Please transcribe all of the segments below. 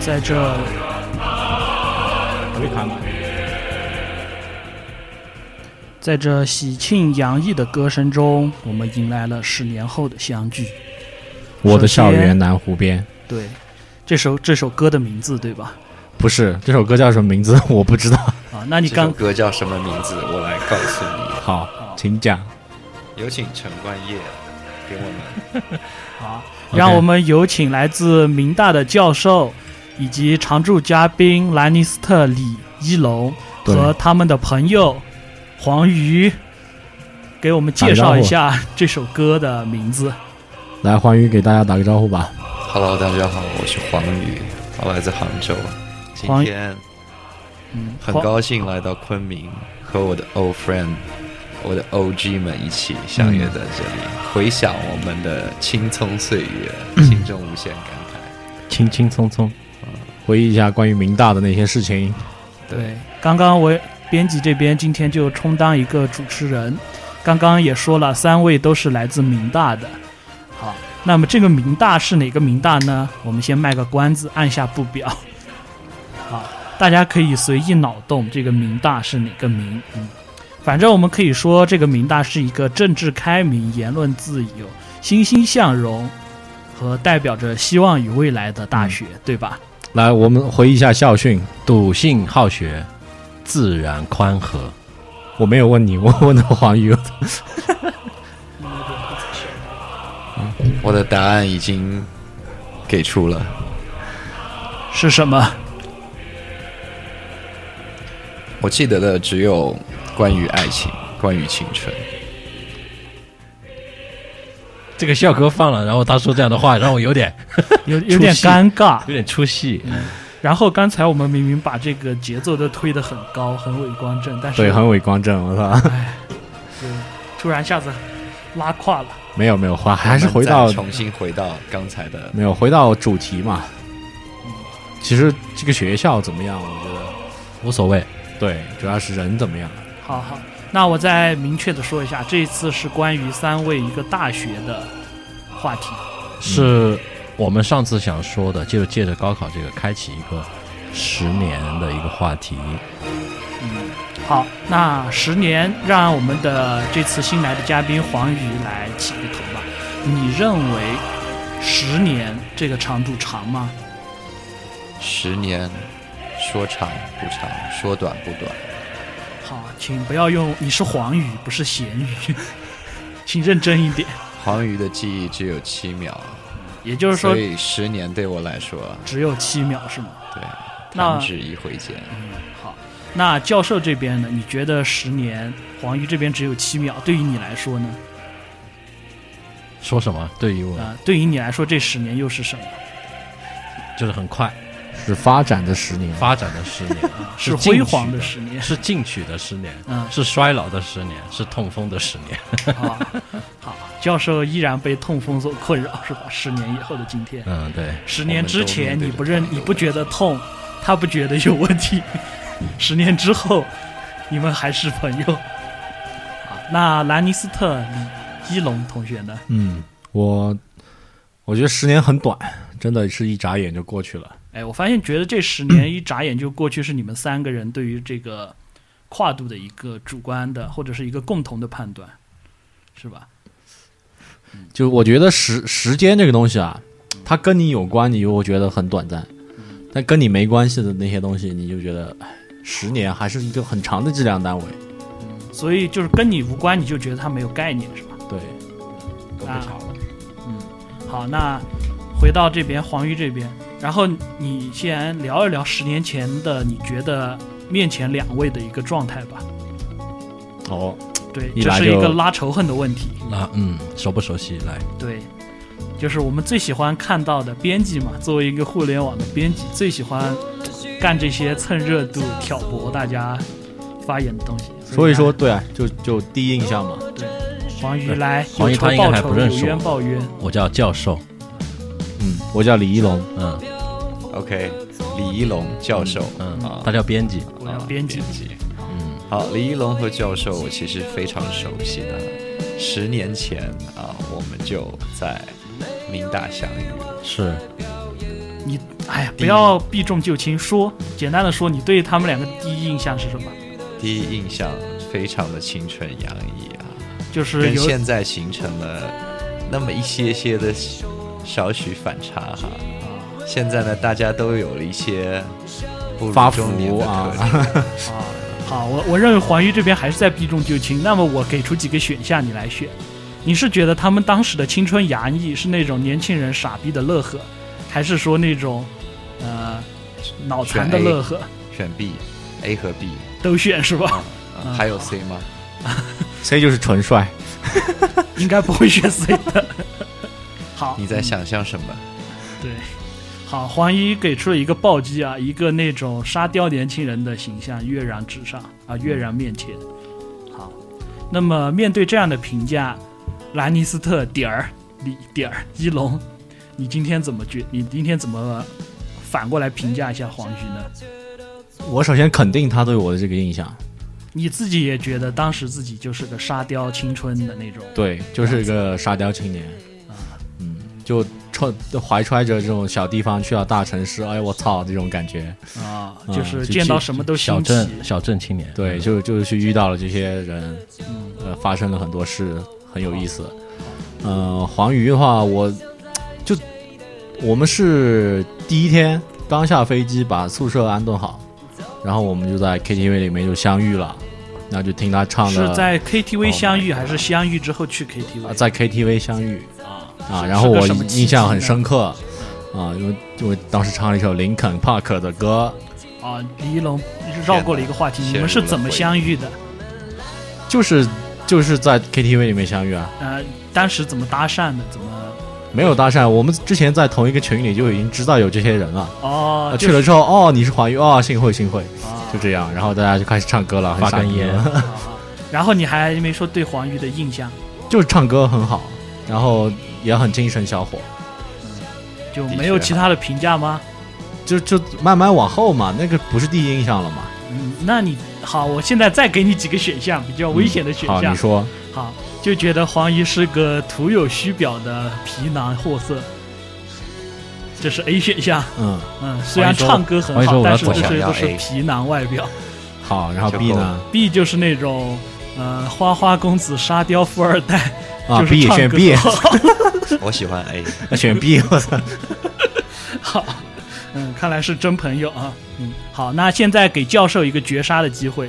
这没看过。在这喜庆洋溢的歌声中，我们迎来了十年后的相聚。我的校首园先南湖边，对，这首这首歌的名字对吧？不是这首歌叫什么名 字？我不知道。啊，那你这首刚歌叫什么名字？我来告诉你。好，请讲。有请陈冠业给我们好， OK 让我们有请来自明大的教授以及常驻嘉宾兰尼斯特李一龙对和他们的朋友黄瑜，给我们介绍一下这首歌的名字。来，欢迎给大家打个招呼吧。 Hello，大家好，我是黄宇，我来自杭州。今黄宇天嗯，很黄高兴来到昆明，和我的 old friend、我的 OG 们一起相约在这里，回想我们的青葱岁月，心中无限感慨。轻轻松松，回忆一下关于明大的那些事情。对，刚刚我编辑这边今天就充当一个主持人，刚刚也说了，三位都是来自明大的。好，那么这个明大是哪个明大呢？我们先卖个关子，按下不表。好，大家可以随意脑洞，这个明大是哪个明？嗯，反正我们可以说，这个明大是一个政治开明、言论自由、欣欣向荣和代表着希望与未来的大学，对吧？来，我们回忆一下校训：笃信好学，自然宽和。我没有问你，我 问的黄鱼。我的答案已经给出了，是什么？我记得的只有关于爱情，关于青春。这个笑歌放了，然后他说这样的话，让我有点有有点出戏。尴尬有点出戏。然后刚才我们明明把这个节奏都推得很高，很伟光正，但是对，很伟光正，我操，对突然一下子拉胯了。 没有没有，还还是回我到们再重新回到刚才的没有回到主题嘛。其实这个学校怎么样，我觉得无所谓，对，主要是人怎么样。好好，那我再明确的说一下，这一次是关于三位一个大学的话题。嗯是我们上次想说的，就借着高考这个开启一个十年的一个话题。嗯，好，那十年，让我们的这次新来的嘉宾黄宇来起个头吧。你认为十年这个长度长吗？十年，说长不长，说短不短。好，请不要用你是黄宇，不是咸鱼，请认真一点。黄鱼的记忆只有七秒，也就是说所，以十年对我来说，只有七秒是吗？对，那弹指一挥间。好，那教授这边呢？你觉得十年黄鱼这边只有七秒，对于你来说呢？说什么？对于我、啊、对于你来说这十年又是什么？就是很快是发展的十年，发展的十年， 是进辉取煌的的十年。是进取的十年，嗯，是衰老的十年，是痛风的十年。好，好，教授依然被痛风所困扰是吧？十年以后的今天，嗯，对，十年之前你不认我们都面对你着不觉得痛，他不觉得有问题， 十年之后你们还是朋友。好，那兰尼斯特李一龙同学呢？嗯，我我觉得十年很短，真的是一眨眼就过去了。哎，我发现觉得这十年一眨眼就过去，是你们三个人对于这个跨度的一个主观的或者是一个共同的判断，是吧？就我觉得时时间这个东西啊，它跟你有关，你就会觉得很短暂；但跟你没关系的那些东西，你就觉得，哎，十年还是一个很长的质量单位。所以就是跟你无关，你就觉得它没有概念，是吧？对，都不吵了。嗯，好，那回到这边黄鱼这边，然后你先聊一聊十年前的你觉得面前两位的一个状态吧。哦，对，一这来是一就个拉仇恨的问题。那嗯，熟不熟悉？来，对，就是我们最喜欢看到的编辑嘛，作为一个互联网的编辑，最喜欢干这些蹭热度、挑拨大家发言的东西。所以说，对啊，就就第一印象嘛。黄鱼来有黄鱼仇他应该报还仇，不认识有冤我报冤。我叫教授，嗯，我叫李一龙，嗯 OK，李一龙教授，嗯啊，他叫编辑，我要啊编辑嗯，好，李一龙和教授我其实非常熟悉的，十年前啊，我们就在明大相遇。是你哎呀，嗯不要避重就轻，说简单的说，你对他们两个第一印象是什么？第一印象非常的青春洋溢啊，就是跟有现在形成了那么一些些的小少许反差哈。啊现在呢，大家都有了一些步入发福中年的啊 特征，啊，好，我我认为黄鱼这边还是在避重就轻。那么我给出几个选项，你来选。你是觉得他们当时的青春洋溢是那种年轻人傻逼的乐呵，还是说那种呃脑残的选 A 乐呵？选 B，A 和 B，、都选是吧？啊还有 C 吗？ C 就是纯帅，应该不会选 C 的。 好，你在想象什么？对，好，黄一给出了一个暴击啊，一个那种沙雕年轻人的形象跃然纸上嗯啊，跃然面前。好，那么面对这样的评价，兰尼斯特点儿李点儿一龙，你今天怎么觉？你今天怎么反过来评价一下黄旭呢？我首先肯定他对我的这个印象，你自己也觉得当时自己就是个沙雕青春的那种，对，就是一个沙雕青年，嗯，就揣怀揣着这种小地方去到大城市，哎，我操，这种感觉，啊，嗯就是就见到就什么都小新奇。镇小镇青年，对，就就是去遇到了这些人，嗯呃，发生了很多事，很有意思。呃，黄鱼的话，我就我们是第一天刚下飞机，把宿舍安顿好，然后我们就在 KTV 里面就相遇了，然后就听他唱是的，啊在哦 KTV 相遇， Oh my 还 God 是相遇之后去 KTV？啊在 KTV 相遇啊啊，是然后是个我什么契印象很机呢深刻啊，因为我当时唱了一首林肯帕克的歌，啊，李一龙绕过了一个话题，天哪你们是怎么相遇的？就是就是在 KTV 里面相遇啊，呃，当时怎么搭讪的？怎么？没有搭讪，我们之前在同一个群里就已经知道有这些人了。哦啊，，就去了之后，哦，你是黄玉，哦，幸会幸会，啊就这样，然后大家就开始唱歌了，很发傻根逼烟，啊啊然后你还没说对黄鱼的印象，就是唱歌很好，然后也很精神小伙，就没有的确其他的评价吗？就就慢慢往后嘛，那个不是第一印象了嘛，嗯，那你好，我现在再给你几个选项，比较危险的选嗯好，项你。说，好，就觉得黄鱼是个徒有虚表的皮囊货色，这是 A 选项。嗯，嗯，虽然黄鱼说唱歌很黄鱼好，说我但要是这走些都是我要 A 皮囊外表。好，然后就 B 够呢了？ B 就是那种呃花花公子、沙雕富二代，啊就是，B 唱选歌 B，我喜欢 A，选 B，我操，好，嗯，看来是真朋友啊。嗯，好，那现在给教授一个绝杀的机会。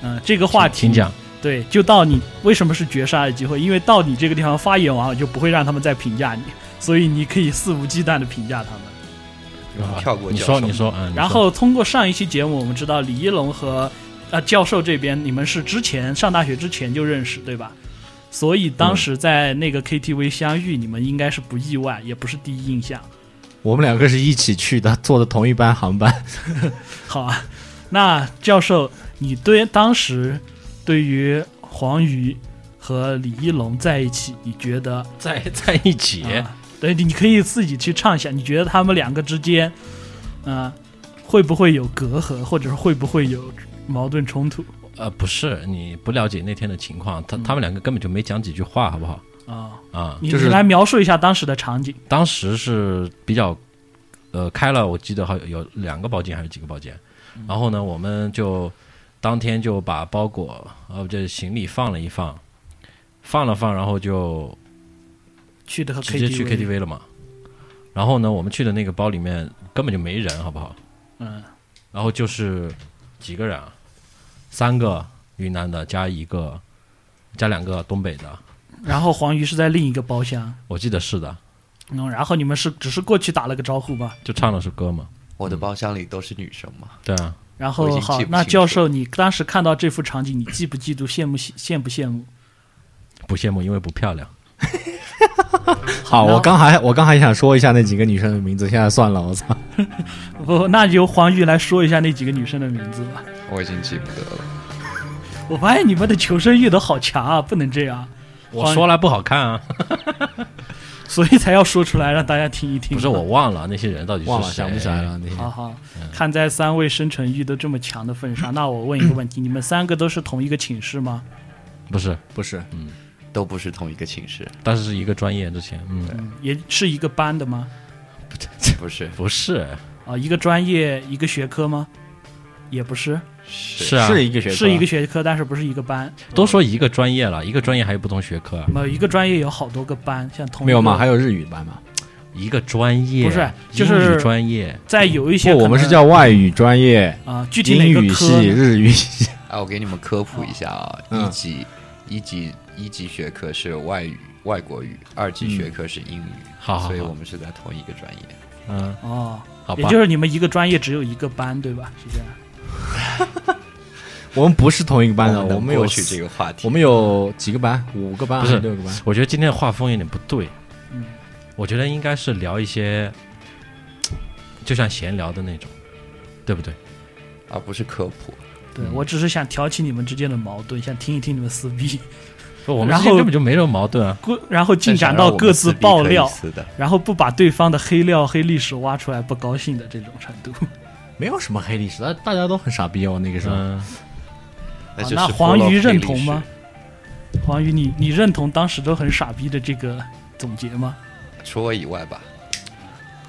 嗯，这个话题请讲，对，就到你为什么是绝杀的机会？因为到你这个地方发言完，我就不会让他们再评价你，所以你可以肆无忌惮的评价他们。跳过你教授说你说嗯啊，你说然后通过上一期节目，我们知道李一龙和呃教授这边，你们是之前上大学之前就认识，对吧？所以当时在那个 KTV 相遇，你们应该是不意外，也不是第一印象。我们两个是一起去的，坐的同一班航班，好啊， 那教授，你对当时对于黄瑜和李一龙在一起，你觉得？在 在一起，啊对，你可以自己去畅想，你觉得他们两个之间，呃，会不会有隔阂，或者是会不会有矛盾冲突？呃，不是，你不了解那天的情况，他他们两个根本就没讲几句话，好不好？啊、啊，你、就是你来描述一下当时的场景。当时是比较，呃，开了，我记得好像有两个包间还是几个包间，然后呢，我们就当天就把包裹呃这行李放了一放，放了放，然后就去的和 KTV，直接去 KTV 了嘛。然后呢，我们去的那个包里面根本就没人，好不好？嗯，然后就是几个人啊，三个云南的加一个，加两个东北的，然后黄鱼是在另一个包厢，我记得是的，嗯，然后你们是只是过去打了个招呼吧？就唱了首歌嘛。我的包厢里都是女生嘛，对啊，然我已后经好记，不那清教楚授，你当时看到这幅场景，你嫉不嫉妒、羡慕羡不羡慕？不羡慕，因为不漂亮。好，然后我刚还我刚还想说一下那几个女生的名字，现在算了，我操，不，那由黄玉来说一下那几个女生的名字吧。我已经记不得了。我发现你们的求生欲都好强啊，不能这样，我说了不好看啊，所以才要说出来让大家听一听。不 是我，忘了那些人到底是忘了谁想不起来。了，那些好好看在三位生存欲都这么强的份上，那我问一个问题：你们三个都是同一个寝室吗？不是，不是都不是同一个寝室，但是是一个专业之前，嗯，嗯，也是一个班的吗？这不是，不是，啊，一个专业一个学科吗？也不是，是是啊，是一个学科，是一个学科，但是不是一个班。都说一个专业了，一个专业还有不同学科啊，某一个专业有好多个班，像同一没有个吗？还有日语班吗？一个专业不是就英是语专业，在有一些不，我可们能是叫外语专业、啊，具体英哪个语科系、日语系。啊，我给你们科普一下啊，嗯一级一级一级学科是外语外国语，二级嗯学科是英语，好好好所以我们是在同一个专业。嗯，哦，好也吧就，是你们一个专业只有一个班，对吧？是这样。我们不是同一个班的，能我们有过去这个，个话题，我们有几个班？五个班不还是是六个班？我觉得今天的画风有点不对，嗯我觉得应该是聊一些，就像闲聊的那种，对不对？而不是科普。对，嗯我只是想挑起你们之间的矛盾，想听一听你们 撕逼，不我们然之间后根本就没什么矛盾啊，过然后进展到各自爆料，啊的，然后不把对方的黑料、黑历史挖出来，不高兴的这种程度。没有什么黑历史，大大家都很傻逼哦，那个时候。嗯，啊那就是那 follow 黄鱼黑历认史同吗？？黄鱼，你你认同当时都很傻逼的这个总结吗？除我以外吧，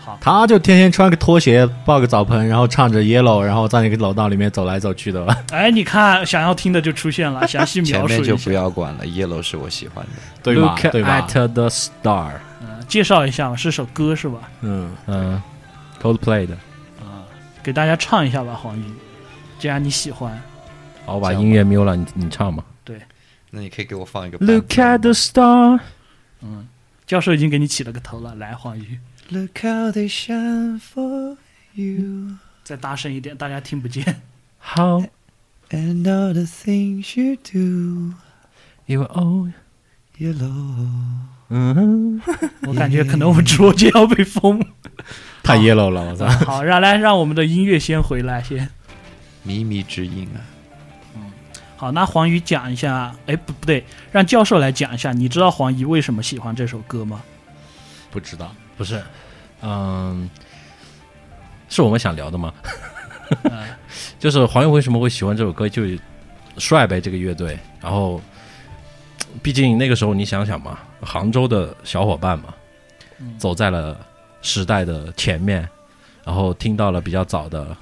好，他就天天穿个拖鞋，抱个澡盆，然后唱着 Yellow，然后在那个楼道里面走来走去的。哎，你看想要听的就出 现了，详细前描述面一就下不，要管了。Yellow 是我喜欢的， 对吧 Look？对吧？ at the star，嗯介绍一下嘛，是首歌是吧？嗯，嗯，Coldplay 的，给大家唱一下吧，黄鱼，既然你喜欢，好，我把音乐 mute 了，你你唱吧。那你可以给我放一个 Look 版 at 本 the star，教授已经给你起了个头了，来，黄鱼， Look how they shine for you 再大声一点，大家听不 见。 How and all the things you do, you all， Yellow。嗯，我感觉可能我们直播间要被封。太 Yellow 了，我操！好，让来让我们的音乐先回来先。靡靡之音啊！好，那黄鱼讲一下，哎，不不对，让教授来讲一下，你知道黄鱼为什么喜欢这首歌吗？ 不知道，不是，嗯，是我们想聊的吗？ 就是黄勇为什么会喜欢这首歌，就帅呗这个乐队。然后，毕竟那个时候你想想嘛，杭州的小伙伴嘛，走在了时代的前面，然后听到了比较早的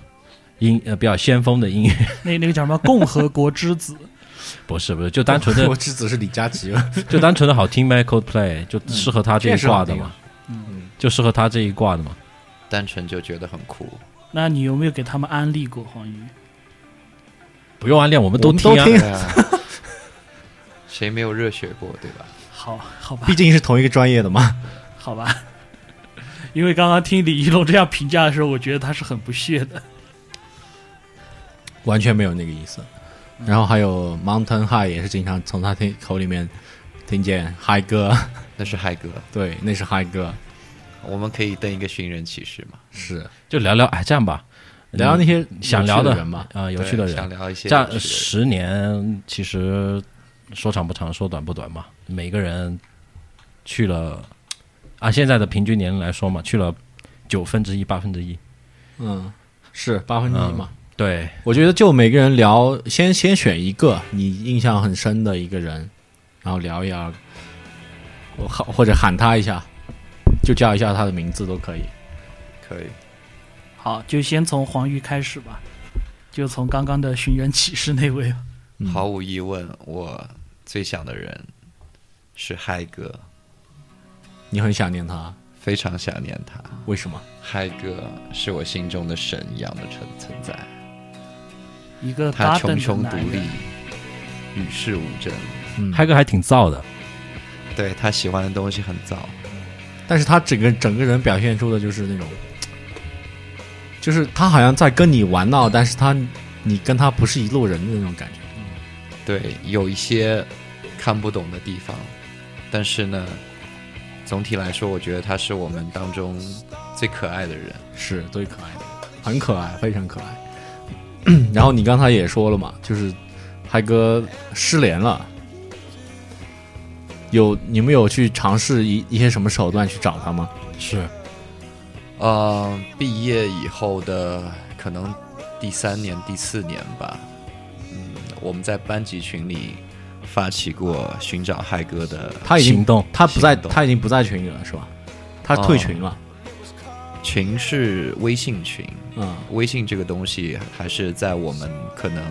音呃比较先锋的音乐， 那那个叫什么《共和国之子》不是不是，就单纯 我的之子是李佳 琦了，就单纯的好听呗，Coldplay 就适合他这一挂的嘛，嗯就适合他这一挂的嘛。单纯就觉得很酷，那你有没有给他们安利过黄鱼？不用暗恋，我们我都们听都啊，听对啊， 谁没有热血过，对吧？好好吧毕，竟是同一个专业的嘛。好吧。 因为刚刚听李一龙这样评价的时候，我觉得他是很不屑的。完全没有那个意思。然后还有 Mountain High 也是经常从他听口里面听见嗨歌，那是嗨歌，对，那是嗨歌，我们可以登一个寻人启事嘛？是就聊聊哎，这样吧，聊那些想聊有趣的的人吧。啊、有趣的对想人。聊一些这样有趣十年其实说长不长，说短不短嘛。每个人去了，按现在的平均年龄来说嘛，去了九分之一、八分之一。嗯，是八分之一嘛。对，我觉得就每个人聊，先先选一个你印象很深的一个人，然后聊一聊，我喊或者喊他一下，就叫一下他的名字都可以。的可以。好，就先从黄鱼开始吧，就从刚刚的寻人启事那位。嗯毫无疑问，我最想的人是嗨哥，你很想念他，非常想念他。为什么？嗨哥是我心中的神一样的存存在，一个他 garden 穷的穷独男人立，与世无争。嗯，嗨哥还挺燥的，对他喜欢的东西很糟，但是他整个整个人表现出的就是那种，就是他好像在跟你玩闹，但是他你跟他不是一路人的那种感觉。对，有一些看不懂的地方，但是呢，总体来说，我觉得他是我们当中最可爱的人。是最可爱的，很可爱，非常可爱。 然后你刚才也说了嘛，就是嗨哥失联了，有你们有去尝试一一些什么手段去找他吗？是呃，毕业以后的可能第三年、第四年吧，嗯，我们在班级群里发起过寻找嗨哥的他已经行动。他不在，行动他已经不在群里了，是吧？他退群了，群是微信群，嗯，微信这个东西还是在我们可能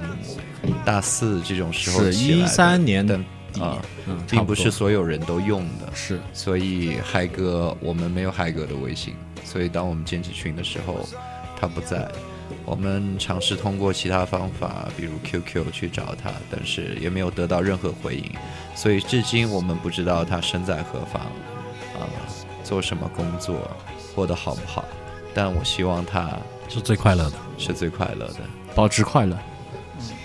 大四这种时候是起来的13年但底啊，嗯，差并不不多是所有人都用的，是所以嗨哥我们没有嗨哥的微信，所以当我们建起群的时候，他不在。我们尝试通过其他方法，比如 QQ 去找他，但是也没有得到任何回应，所以至今我们不知道他身在何方，啊、做什么工作，过得好不好。但我希望他是最快乐的。是最快乐的。保持快乐，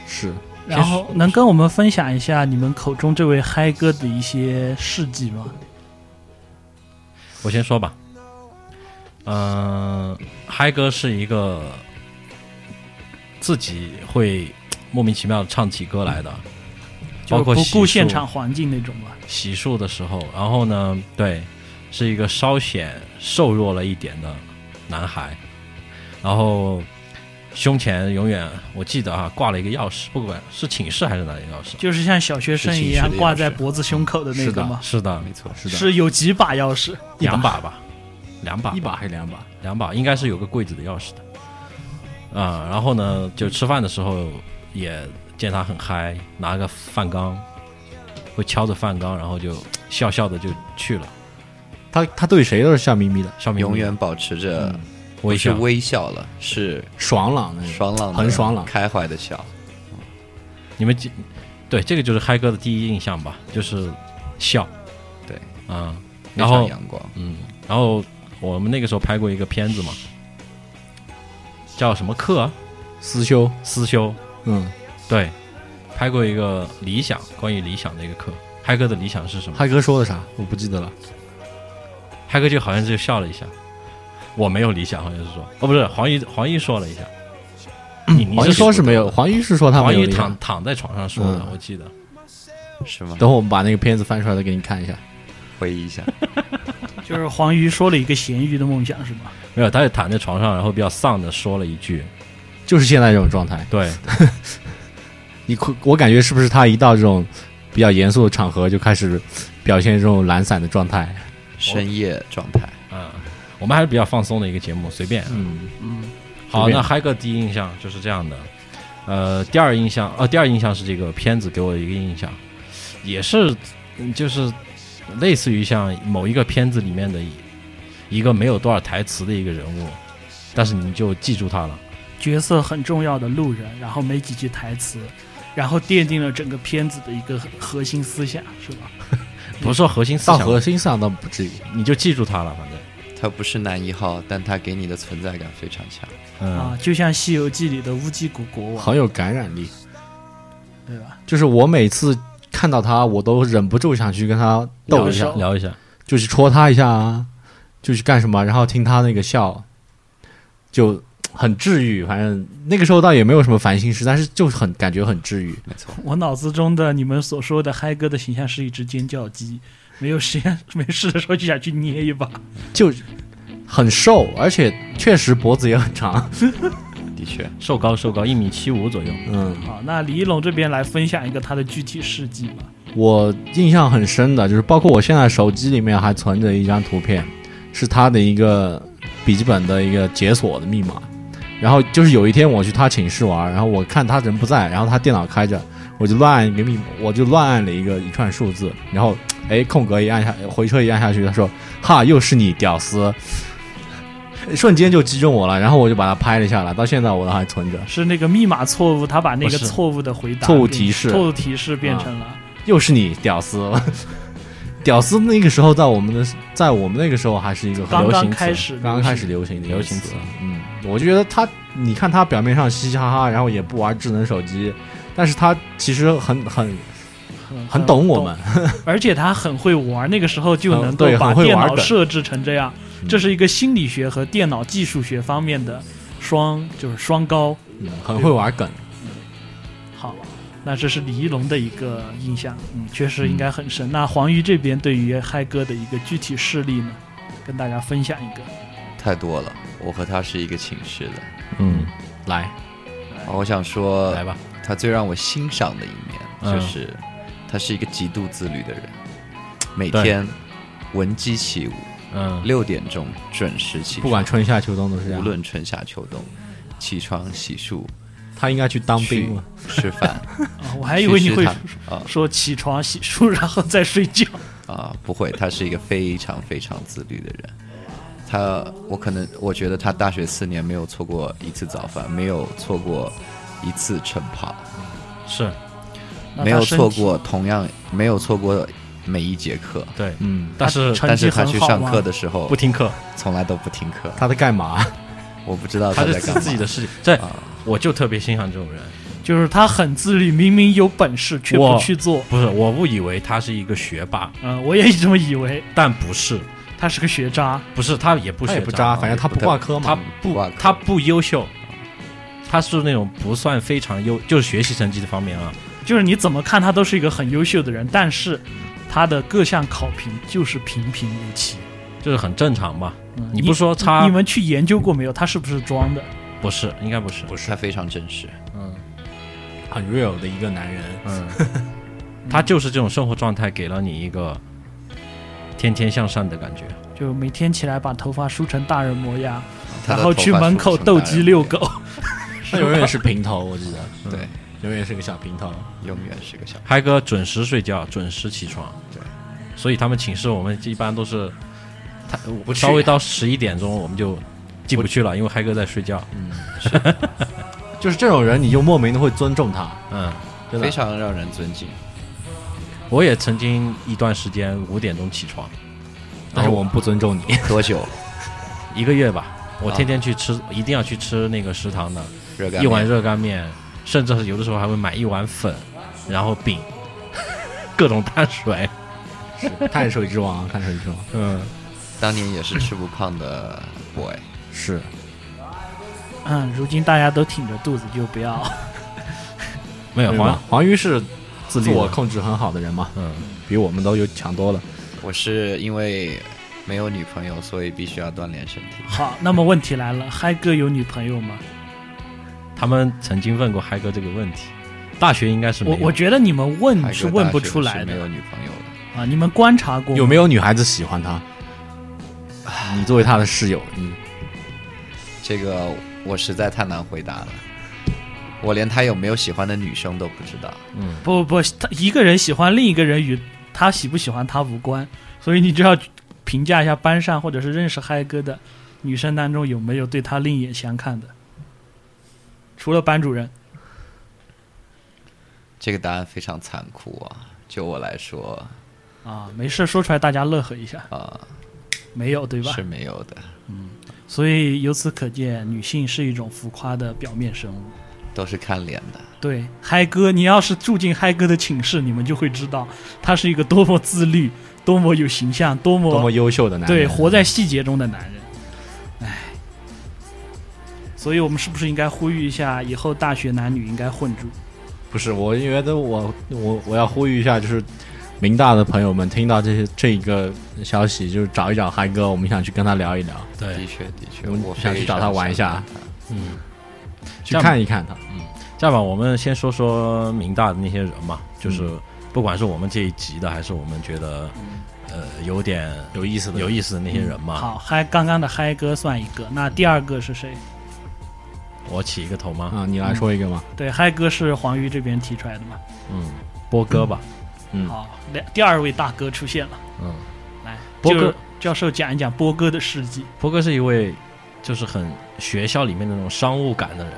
是然后能跟我们分享一下你们口中这位嗨哥的一些事迹吗？我先说吧。嗯、嗨哥是一个自己会莫名其妙地唱起歌来的，就包括不洗顾漱现场环境那种吧。洗漱的时候，然后呢，对，是一个稍显瘦弱了一点的男孩，然后胸前永远我记得啊，挂了一个钥匙，不管是寝室还是哪里的钥匙，就是像小学生一样挂在脖子胸口的那是个的吗？是的，没错，是的，是有几把钥匙？两把吧，两把吧一把还是两把？两把，应该是有个柜子的钥匙的。啊、然后呢，就吃饭的时候也见他很嗨，拿个饭缸，会敲着饭缸，然后就笑笑的就去了，他他对谁都是笑眯眯的，笑眯眯永远保持着不嗯微是笑。嗯微笑了，是爽朗的那种。爽朗的，很爽朗开怀的笑。你们记对这个就是嗨哥的第一印象吧，就是笑。对，啊、非然常后阳光，嗯，然后我们那个时候拍过一个片子嘛，叫什么课、啊？思修，思修。嗯，对，拍过一个理想，关于理想的一个课。嗨哥的理想是什么？嗨哥说的啥？我不记得了。嗨哥就好像就笑了一下，我没有理想，好像是说，哦，不是黄奕，黄奕说了一下，你你嗯黄奕说是没有，黄黄奕是说他没有奕理想躺。躺在床上说的，嗯我记得，是吗？等会我们把那个片子翻出来再给你看一下。回忆一下，就是黄鱼说了一个咸鱼的梦想是吗？没有，他就躺在床上，然后比较丧的说了一句，就是现在这种状态，对，你哭我感觉是不是他一到这种比较严肃的场合就开始表现这种懒散的状态？深夜状态，嗯，我们还是比较放松的一个节目，随便。嗯，好，随便那嗨哥第一印象就是这样的，呃，第二印象，哦，第二印象是这个片子给我一个印象，也是嗯就是类似于像某一个片子里面的一个没有多少台词的一个人物，但是你就记住他了。角色很重要的路人，然后没几句台词，然后奠定了整个片子的一个核心思想是吧？不是说核心思到嗯想，核心上倒不至于。你就记住他了，反正，他不是男一号，但他给你的存在感非常强。啊嗯，，就像《西游记》里的乌鸡国国王很有感染力。对吧？就是我每次看到他，我都忍不住想去跟他聊斗一一下下，，聊一下，就去戳他一下啊，就去干什么，然后听他那个笑，就很治愈。反正那个时候倒也没有什么烦心事，但是就很感觉很治愈。没错，我脑子中的你们所说的嗨哥的形象是一只尖叫鸡，没有时间没事的时候就想去捏一把。就很瘦，而且确实脖子也很长。的确，瘦高瘦高，一米七五左右，嗯，好，啊那李一龙这边来分享一个他的具体事迹吧。我印象很深的就是，包括我现在手机里面还存着一张图片，是他的一个笔记本的一个解锁的密码。然后就是有一天我去他寝室玩，然后我看他人不在，然后他电脑开着，我就乱按一个密，我就乱按了一个一串数字，然后哎空格一按下，回车一按下去，他说哈又是你屌丝， 瞬间就击中我了，然后我就把它拍了下来，到现在我都还存着。是那个密码错误，他把那个不是错误的回答错误变提示啊错误提示变成了、又是你，屌丝！ 屌丝那个时候在我们的，在我们那个时候还是一个很刚流刚行词开始刚刚开始流行的一个流行词。嗯，我觉得他，你看他表面上嘻嘻哈哈，然后也不玩智能手机，但是他其实很很很很懂我们，，而且他很会玩，那个时候就嗯能够对把很会电玩脑梗设置成这样，嗯这是一个心理学和电脑技术学方面的双就是双高。嗯很会玩梗。好，那这是李一龙的一个印象，嗯，确实应该很深。那黄鱼这边对于嗨哥的一个具体事例呢，跟大家分享一个。太多了。我和他是一个寝室的。哦嗯，来，我想说来，吧，他最让我欣赏的一面嗯就是，他是一个极度自律的人，每对天闻鸡起舞，嗯，六点钟准时起床，不管春夏秋冬都是啊这无样。论春夏秋冬，起床洗漱他应该去当兵了，吃饭， 啊我还以为你会去食堂啊说起床洗漱然后再睡 觉。啊，不会，他是一个非常非常自律的人。他，我可能我觉得他大学四年没有错过一次早饭，没有错过一次晨跑，是那他没有身错体过同样没有错过每一节课。对，嗯，但是成但是绩他很去好上吗课的时候不，听课，从来都不听课。他在干嘛？我不知道他是在自干嘛。自己的事情。这啊我就特别欣赏这种人。就是他很自律，明明有本事却不我去做。不是，我误以为他是一个学霸，嗯，我也这么以为，但不是，他是个学渣。不是他也不他也学不渣渣，，反正他不挂科他嘛。不挂不科他不优秀，他是那种不算非常优，就是学习成绩的方面啊，就是你怎么看他都是一个很优秀的人，但是他的各项考评就是平平无奇。就是很正常嘛。嗯、你不说差你们去研究过没有？他是不是装的？不是，应该不是，不他，非常真实。嗯很 real 的一个男人，嗯，他就是这种生活状态给了你一个天天向上的感觉。就每天起来把头发梳成大人模样，他然的后头发去门梳口成斗大人鸡模遛样狗。他永远是平头，我记得，对，永远是个小平头。永远是个小孩。嗨哥准时睡觉，准时起床，对，所以他们寝室我们一般都是，他不去稍微到十一点钟我们就进不去了，因为嗨哥在睡觉。就是这种人，你就莫名的会尊重他，嗯，真的非。常让人尊敬。我也曾经一段时间五点钟起床，但是我们不尊重你， 多久？一个月吧，我啊天天去吃，一定要去吃那个食堂的，热干面一碗热干面，甚至是有的时候还会买一碗粉，然后饼， 各种碳水。是碳水之王，碳水之王嗯，当年也是吃不胖的 boy，是 嗯，如今大家都挺着肚子，就不要。没有对黄吧，黄鱼是自律的我控制很好的人嘛，嗯，比我们都有强多了。我是因为没有女朋友，所以必须要锻炼身体。好，那么问题来了，嗨哥有女朋友吗？他们曾经问过嗨哥这个问题，大学应该是没我有。我觉得你们问海嗯是哥问大不学出是来没有的女朋友的。啊，你们观察过有没有？有女孩子喜欢他？你作为他的室友，你这个我实在太难回答了，我连他有没有喜欢的女生都不知道。嗯，不不不，他一个人喜欢另一个人与他喜不喜欢他无关，所以你就要评价一下班上或者是认识嗨哥的女生当中有没有对他另眼相看的，除了班主任。这个答案非常残酷啊！就我来说啊，没事，说出来大家乐呵一下，啊、没有对吧是？没有的，所以由此可见，女性是一种浮夸的表面生物。都是看脸的。对，嗨哥，你要是住进嗨哥的寝室，你们就会知道他是一个多么自律、多么有形象、多么多么优秀的男对人，啊活在细节中的男人。唉，所以我们是不是应该呼吁一下，以后大学男女应该混住？不是，我觉得我我我要呼吁一下，就是明大的朋友们听到这些这一个消息，就是找一找嗨哥，我们想去跟他聊一聊，的对，确，的确，我我想去非找常他玩一下想看嗯，去看一看他。这样吧，我们先说说明大的那些人嘛，就是不管是我们这一集的，还是我们觉得呃有点有意思的，有意思的那些人嘛。嗯好，嗨，刚刚的嗨哥算一个，那第二个是谁？我起一个头吗？啊！你来说一个嘛，对，嗨哥是黄鱼这边提出来的嘛？嗯，波哥吧。嗯好，两第二位大哥出现了，嗯，来，波哥就教授讲一讲波哥的事迹波哥是一位就是很学校里面那种商务感的人，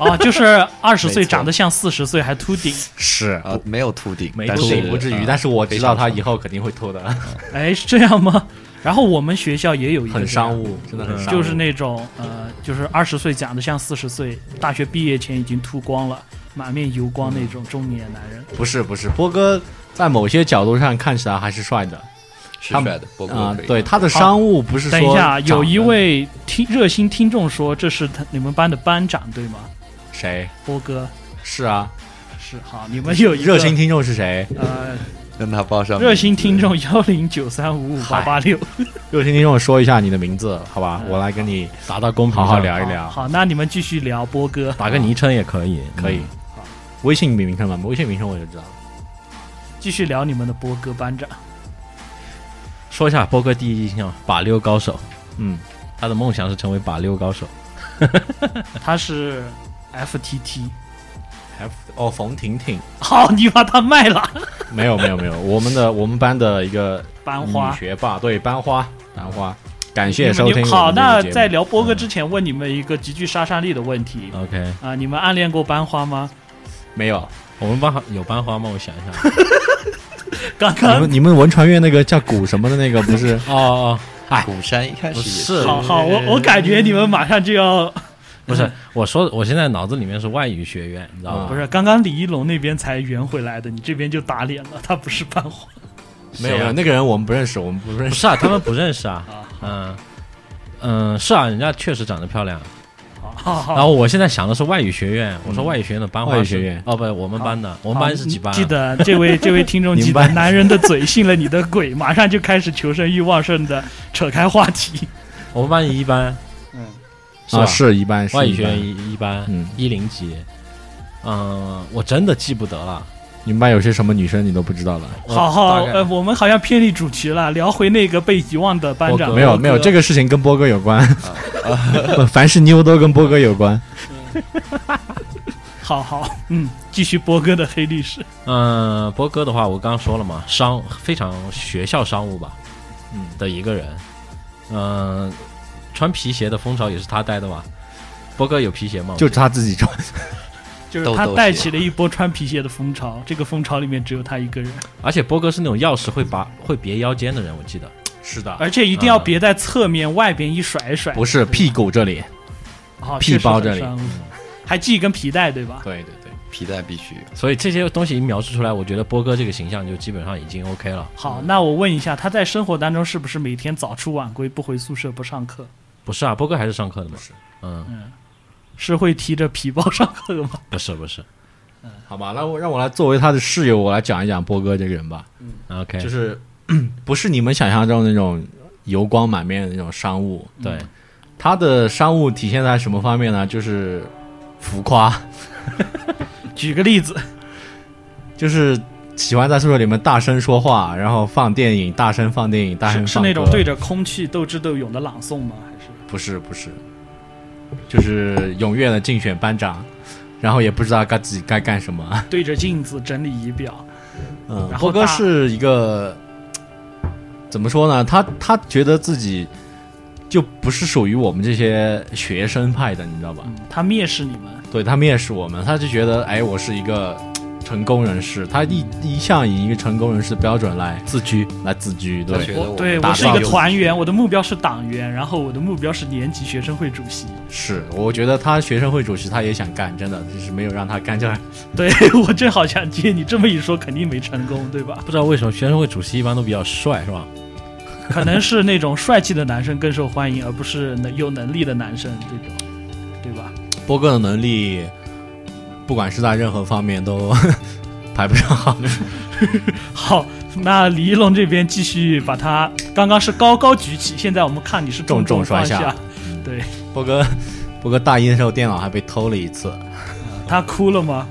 哦，就是二十岁没错长得像四十岁还秃顶，是啊，没有秃顶，没但秃秃是顶不至于，啊但是呃我知道他非常以后肯定会秃的，哎，是这样吗？然后我们学校也有一个很这样商务，真的很商务，就是那种呃，就是二十岁长得像四十岁，大学毕业前已经秃光了，满面油光那种中年男人。不嗯是不是，波哥在某些角度上看起来还是帅的是他们帅的，波啊哥可，以。对他的商务不是说等一下，长有一得位听热心听众说，这是他你们班的班长对吗？谁波哥是啊，是好，你们 有一个热心听众是谁？呃让他报上热心名字听众幺零九三五五八八六，热心听众说一下你的名字，好嗯吧？我来跟你达到公平好上好聊一聊。好，那你们继续聊波哥。打个昵称也可以，可以嗯。微信名称嘛，微信名称我就知道。继续聊你们的波哥班长。说一下波哥第一印象，把溜高手，嗯，他的梦想是成为把溜高手。他是 FTT。还哦冯婷婷，好，你把它卖了，没有没有没 有，我们的我们班的一个班女花。学霸，对班花班花，嗯感谢收听我们这期节目。嗯好，那在聊波哥之前，问你们一个极具杀伤力的问题 OK，啊、你们暗恋过班花吗？ 没有？我们班有班花吗？我想一下。刚你刚们你们文传院那个叫谷什么的那个不是？哦哦，古山一开始 也不是好好，呃我我感觉你们马上就要啊不是，我说我现在脑子里面是外语学院，你知道吗？啊不是，刚刚李一龙那边才圆回来的，你这边就打脸了，他不是班花。 没有没谁有，啊那个人我们不认识，我们不认不识。是啊，他们不认识啊啊。嗯嗯，是啊，人家确实长得漂亮。啊好好好然后我现在想的是外语学院，我嗯说外语学院的班花外语是学院哦，不，我们班的，我们班是几班啊？记得这位这位 听众记明得白，男人的嘴信了你的鬼，马上就开始求生欲旺盛的扯开话 题。我们班一班，嗯，是吧？啊，是一般是外语一学般院一一班，嗯一零级。嗯，我真的记不得了。你们班有些什么女生你都不知道了？我好好，大概呃，我们好像偏离主题了，聊回那个被遗忘的班长。波哥没有没有，这个个事情跟波哥有关， 凡是妞都跟波哥有 关。好好，嗯，继续波哥的黑历史。嗯，波哥的话，我刚刚说了嘛，商非常学校商务吧，嗯的一个人。嗯、穿皮鞋的风潮也是他带的嘛。波哥有皮鞋吗？就是他自己穿，就是豆他豆带鞋起了一波穿皮鞋的风潮，这个风潮里面只有他一个啊人，而且波哥是那种钥匙会拔会别腰间的人，我记得。是的，嗯而且一定要嗯别在侧面外边一甩一甩，不是屁股这里，哦屁确实包很这里伤还系一根皮带对吧？对对对，皮带必须，所以这些东西一描述出来，我觉得波哥这个形象就基本上已经 OK 了。好，那我问一下，他在生活当中是不是每天早出晚归，不回宿舍，不上课，不是啊，波哥还是上课的嘛。嗯，是会提着皮包上课的吗？不是不是好吧，那我让我来作为他的室友，我来讲一讲波哥这个人吧， ，OK，就是 不是你们想象中那种油光满面的那种商务，对，他的商务体现在什么方面呢？就是浮夸，举个例子，就是喜欢在宿舍里面大声说话，然后放电影，大声放电影，大声是是放那种歌对着空气斗智斗勇的朗诵吗？还是不是不是，就是踊跃的竞选班长，然后也不知道该自己该干什么。对着镜子整理仪表？嗯然后波大哥是一个怎么说呢？他他觉得自己就不是属于我们这些学生派的，你知道吧？嗯，他蔑视你们，对他蔑视我们，他就觉得哎，我是一个成功人士，他一一向以一个成功人士的标准来自居来自居，他对觉，得我我对们我打是一个造团员，我的目标是党员，然后我的目标是年级学生会主席。是，我觉得他学生会主席他也想干，真的就是没有让他干，就是 对我正好想接你这么一说，肯定没成功，对 吧？不知道为什么学生会主席一般都比较帅，是吧？可能是那种帅气的男生更受欢迎，而不是能有能力的男生这种，对吧？波哥的能力，不管是在任何方面都 排不上号。好，那李一龙这边继续把他刚刚是高高举起，现在我们看你是重重重放摔下下， 波哥，波哥大一的时候电脑还被偷了一次，他哭了吗？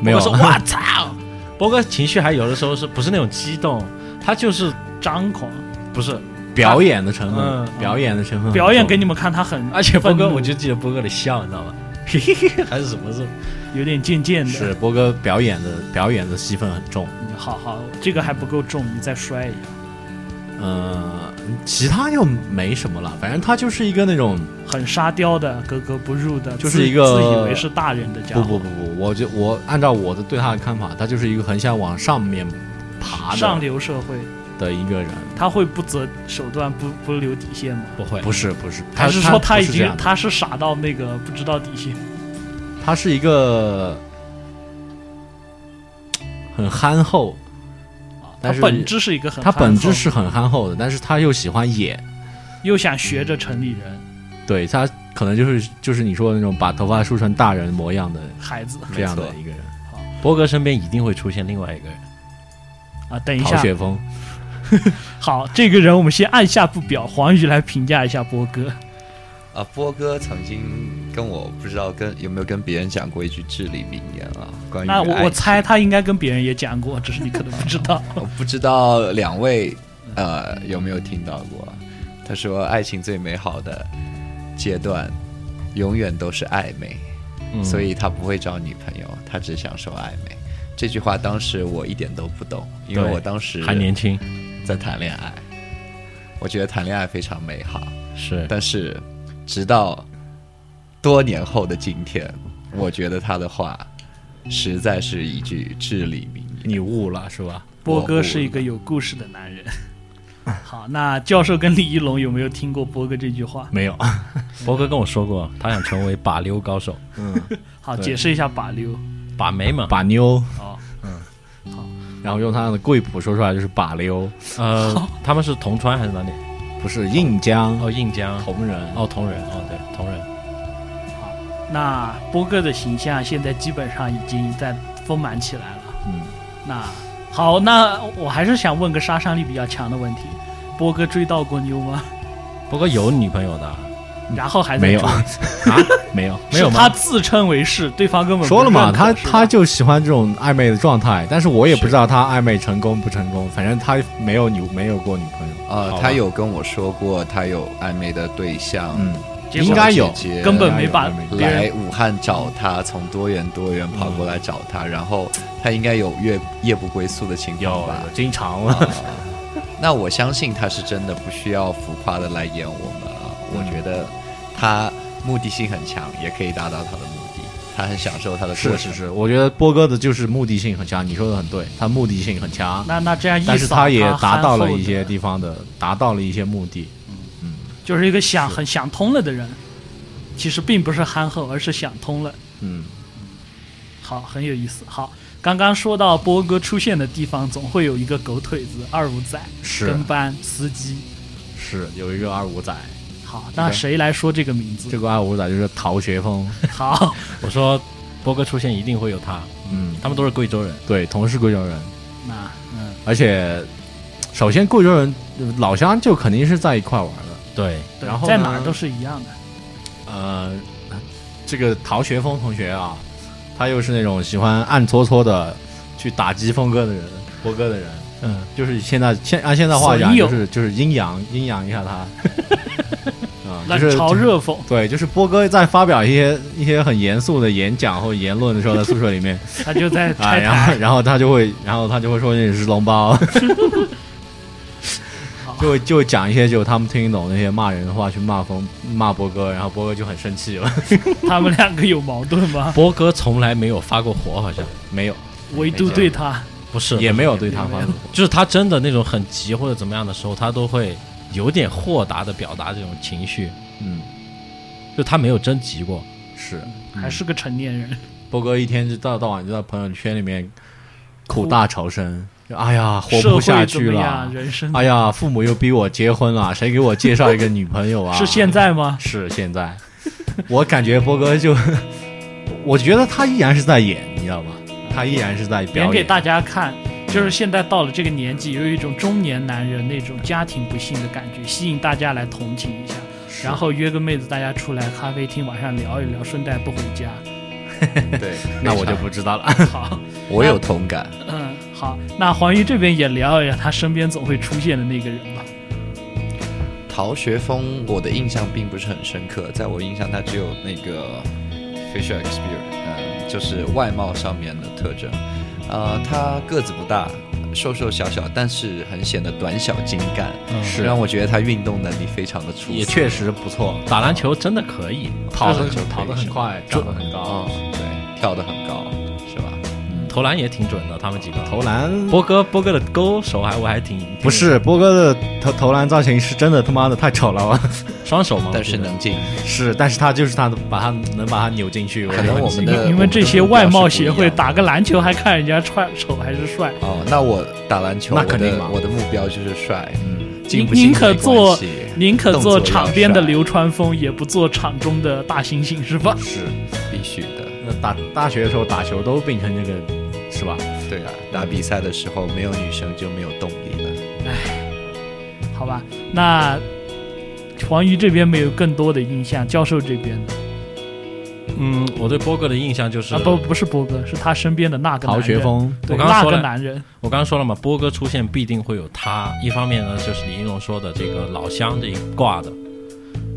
没有波哥说我操，啊 波哥情绪还有的时候是不是那种激动，他就是张狂，嗯不是，表演的成分，嗯表演的成分很重，哎表演给你们看，他很而且波哥愤怒我就记得波哥的笑，你知道吗？ 嘿嘿嘿，还是什么是有点贱贱的。是波哥表演的表演的戏份很重。嗯，好好，这个还不够重，你再摔一下，呃，其他就没什么了，反正他就是一个那种很沙雕的，格格不入的，就是自一个自以为是大人的家不伙。不不不，我就我按照我的对他的看法，他就是一个很想往上面爬上的流社会，的一个人，他会不择手段，不不留底线吗？不会不是不是，还是说他已不是这经样的他是傻到那个不知道底线？他是一个很憨厚，啊他但是本质是一个很他憨本质厚是很憨厚的，但是他又喜欢野，又想学着城里人对他可能就是就是你说的那种把头发梳成大人模样的孩子这样的没错一个人，波哥身边一定会出现另外一个人，啊。等一逃下，学风。好，这个人我们先按下不表，黄宇来评价一下波哥。啊，波哥曾经跟我不知道跟有没有跟别人讲过一句至理名言啊，关于那我爱我情 猜他应该跟别人也讲过，只是你可能不知道。我不知道两位呃有没有听到过？他说，爱情最美好的阶段，永远都是暧昧，所以他不会找女朋友，他只享受暧昧。这句话当时我一点都不懂，因为对我当时还年轻，在谈恋爱，我觉得谈恋爱非常美好。是但是直到多年后的今天，我觉得他的话实在是一句至理名言。你悟了是吧？波哥是一个有故事的男人。好，那教授跟李一龙有没有听过波哥这句话？没有，博哥跟我说过，他想成为把溜高手，好，对解释一下把溜。把妹嘛，把妞，嗯哦，然后用他的贵谱说出来就是把溜， 呃，他们是铜川还是哪里？不是印江哦，印江，同人，哦，铜仁，哦，对，铜仁，那波哥的形象现在基本上已经在丰满起来了。嗯，那好，那我还是想问个杀伤力比较强的问题：波哥追到过妞吗？博哥有女朋友的啊，然后还在嗯没有追啊，没有，没 有是吗他自称为是，对方根本不说了嘛，认可他是吧他就喜欢这种暧昧的状态，但是我也不知道他暧昧成功不成功，反正他没有女没有过女朋友，呃好，吧他有跟我说过，他有暧昧的对象，嗯，结果应该有，姐姐根本没把应该有别人来武汉找他，从多远多远跑过来找他，嗯然后他应该有夜夜不归宿的情况有啊吧？经常了，那我相信他是真的不需要浮夸的来演我们啊，我嗯觉得他目的性很强，也可以达到他的目的，他很享受他的 是过程。是是，我觉得波哥的就是目的性很强，你说的很对，他目的性很强，那那这样一扫但是他也达到憨了厚一些的地方的，达到了一些目的，就是一个想很想通了的人，其实并不是憨厚，而是想通了。嗯，好，很有意思。好，刚刚说到波哥出现的地方，总会有一个狗腿子、二五仔、是跟班、司机。是有一个二五仔，好，那谁来说这个名字？这个二五仔就是逃学风， 好，我说波哥出现一定会有他，嗯，他们都是贵州人，对，同是贵州人，那嗯，而且首先贵州人老乡就肯定是在一块玩的。对，对然后在呢哪儿都是一样的。呃，这个陶学峰同学啊，他又是那种喜欢暗搓搓的去打击峰哥的人，波哥的人，嗯，就是现在现按现在话讲损友就是就是阴阳阴阳一下 他，啊、冷就是嘲热讽，对，就是波哥在发表一些一些很严肃的演讲或言论的时候，在宿舍里 面他就在 啊，拆然后台。然后他就会，然后他就会说你是龙包， 好就会就会讲一些就他们听懂那些骂人的话去骂风骂波哥，然后波哥就很生气了，他们两个有矛盾 吗？波哥从来没有发过火，好像没有，唯独对他，不是，也没有对他发火。就是他真的那种很急或者怎么样的时候，他都会有点豁达的表达这种情绪，嗯，就他没有真急过，是还是个成年人。波哥一天就到到晚就在朋友圈里面苦大仇深，就哎呀，活社不会下怎去么了样，，人生哎呀，父母又逼我结婚了，谁给我介绍一个女朋友啊？是现在吗？是现在，我感觉波哥就，我觉得他依然是在演，你知道吗？他依然是在表演演。给大家看，就是现在到了这个年纪，有一种中年男人那种家庭不幸的感觉，吸引大家来同情一下，是，然后约个妹子大家出来咖啡厅晚上聊一聊，顺带不回 家。对那我就非常不知道了。好，我有同感。嗯，好，那黄鱼这边也聊一下他身边总会出现的那个人吧。逃学风，我的印象并不是很深刻，在我印象它只有那个 facial experience，嗯，就是外貌上面的特征。呃，他个子不大，瘦瘦小小，但是很显得短小精干，是让我觉得他运动能力非常的出也色。确实不错，打篮球真的可以，嗯跑这得个就可以跑得很快，长得很高，哦，对，跳得很高，是吧？投篮也挺准的，他们几个投。篮波哥，波哥的勾手还我还挺挺不是波哥的投投篮造型是真的他妈的太丑了，我 双手吗？但是我记得能进，是，但是他就是他的把他能把他扭进去，可能我们的的你们这些外貌协会打打个篮球还看人家帅丑还是 帅，哦，那我打篮球，那我肯定的嘛我的目标就是帅，嗯进不宁进宁可没关做系宁可动做作要场边的帅流川枫，也不做场中的大猩猩，是吧？是。必须的。那打大学的时候打球都变成这个是吧？对啊，打比赛的时候没有女生就没有动力了。好吧，那黄鱼这边没有更多的印象，教授这边呢？嗯，我对波哥的印象就是啊，不，不是波哥，是他身边的那个男曹人学，锋，对，我刚刚那说个了男人，我刚刚说了嘛，波哥出现必定会有他。一方面呢，就是李一龙说的这个老乡这一挂的；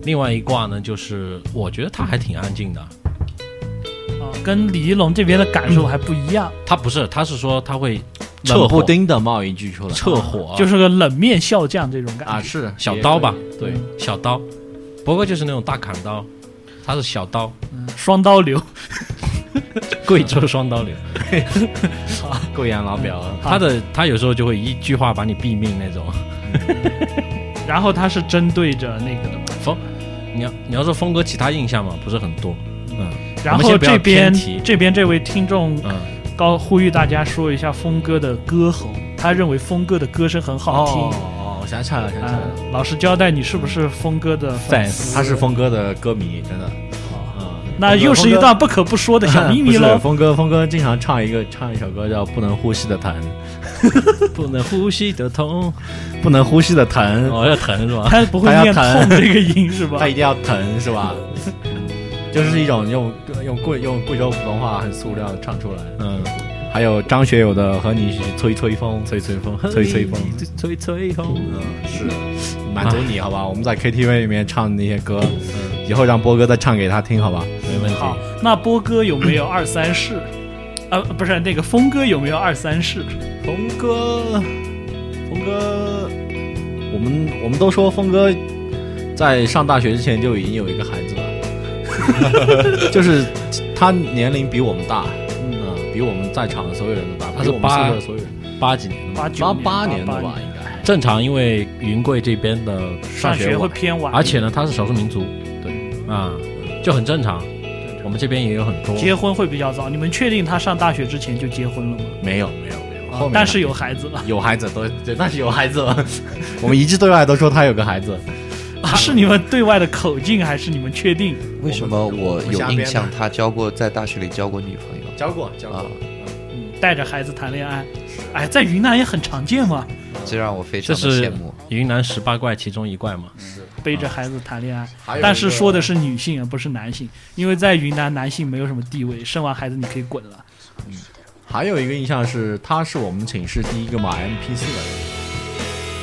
另外一挂呢，就是我觉得他还挺安静的。啊，跟李一龙这边的感受还不一样，他不是，他是说他会撤冷不火，丁的冒一句出来，撤火就是个冷面笑匠这种嗯啊感觉。是小刀吧，也可以对，小刀。波哥就是那种大砍刀，他是小刀，嗯双刀 流，贵州双刀流。贵阳老表啊，他的他有时候就会一句话把你毙命那种。 然后他是针对着那个的嘛，你要你要说峰哥其他印象嘛，不是很 多。然我们后先不要这边偏题这边这位听众嗯，高呼吁大家说一下峰哥的歌喉，他认为峰哥的歌声很好听。哦，我想起来了，想起来啊了，老实交代，你是不是峰哥的粉丝？ fans，他是峰哥的歌迷，真的，嗯，那又是一段不可不说的 小秘密不是喽。峰哥，峰哥经常唱一个唱一首歌叫《不能呼吸的疼》，不能呼吸的痛，不能呼吸的疼，哦，要疼是吧？他不会他要哎念“弹痛”这个音是 吧他？一定要疼是吧？ 就是一种用用贵用贵州普通话很塑料唱出来。嗯，还有张学友的《和你一起吹吹风》，吹吹风， 吹吹风， 吹吹风。嗯，是满足你好吧？我们在 KTV 里面唱那些歌，以后让波哥再唱给他听好吧？没问题。好，那波哥有没有二三 式？啊，不是那个峰哥有没有二三式？峰哥，峰哥，我们我们都说峰哥在上大学之前就已经有一个孩子了， 就是他年龄比我们大，嗯，比我们在场的所有人都大，他比是我们宿八舍的所有人，嗯八几年的嘛，八九八年八年的八吧，年应该。正常，因为云贵这边的上上学学会晚，偏晚，而且呢，他是少数民族，对啊，就很正常。我们这边也有很多，结婚会比较早。你们确定他上大学之前就结婚了吗？没有没有没有，啊后面但是有孩子了， 有孩子都对，但是有孩子了， 我们一致对外都说他有个孩子，是你们对外的口径还是你们确定？为什么我我们有瞎编印的象他交过在大学里交过女朋友？教过教啊过，嗯，带着孩子谈恋爱，哎，在云南也很常见嘛，这让我非这常的羡是慕。云南十八怪其中一怪嘛。背着孩子谈恋爱。还有一个但是说的是女性，而不是男性，因为在云南男性没有什么地位，生完孩子你可以滚了。还有一个印象是，他是我们寝室第一个买 MP 四的人。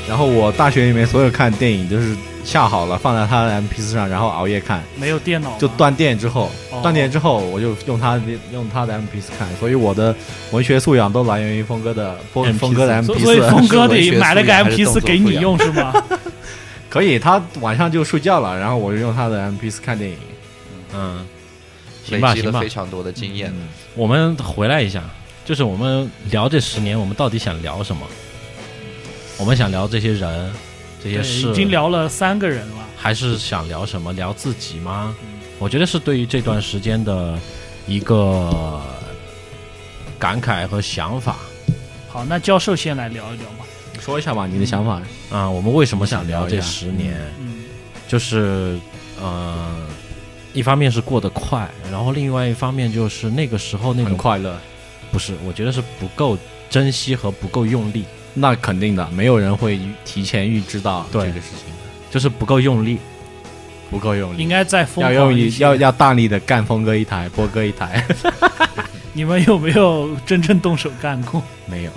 然后我大学里面所有看电影就是下好了放在他的 MP 四上，然后熬夜看，没有电脑吗就断电之后，哦断电之后我就用他的用他的 MP 四看，所以我的文学素养都来源于峰哥的波 MP4 峰哥的 MP 所所以四。峰哥得是买了个文 MP 学素四养给你用是吗？可以，他晚上就睡觉了，然后我就用他的 MP 四看电影。嗯，行累吧积行了吧非，常多的经验。我们回来一下，就是我们聊这十年，我们到底想聊什么？我们想聊这些人，这些对事，已经聊了三个人了，还是想聊什么？聊自己吗？我觉得是对于这段时间的一个感慨和想法好，那教授先来聊一聊吧。你说一下吧，你的想法。啊。我们为什么想聊想聊这一下十年？嗯，就是呃，一方面是过得快，然后另外一方面就是那个时候那很种快乐，不是，我觉得是不够珍惜和不够用力，那肯定的，没有人会提前预知到这对个事情，就是不够用力。不够用力应。该再疯要狂用一你些要要大力的干峰哥一台，波哥一台，你们有没有真正动手干过？ 没有，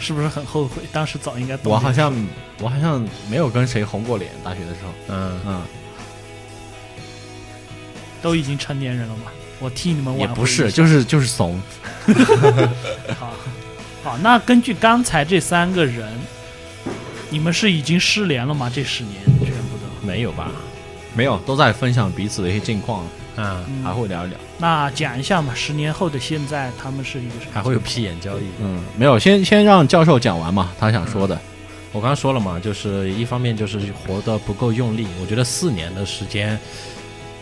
是不是很后悔？当时早应该动手。我好像我好像没有跟谁红过脸，大学的时候，嗯，嗯，都已经成年人了嘛，我替你们也挽回不一是，下就是就是怂，好，好，那根据刚才这三个人，你们是已经失联了吗？这十年全部都。没有吧？没有，都在分享彼此的一些近况，啊，嗯还会聊一聊，那讲一下嘛，十年后的现在，他们是一个什么？还会有屁眼交易。嗯，没有，先先让教授讲完嘛，他想说的，我刚刚说了嘛，就是一方面就是活得不够用力，我觉得四年的时间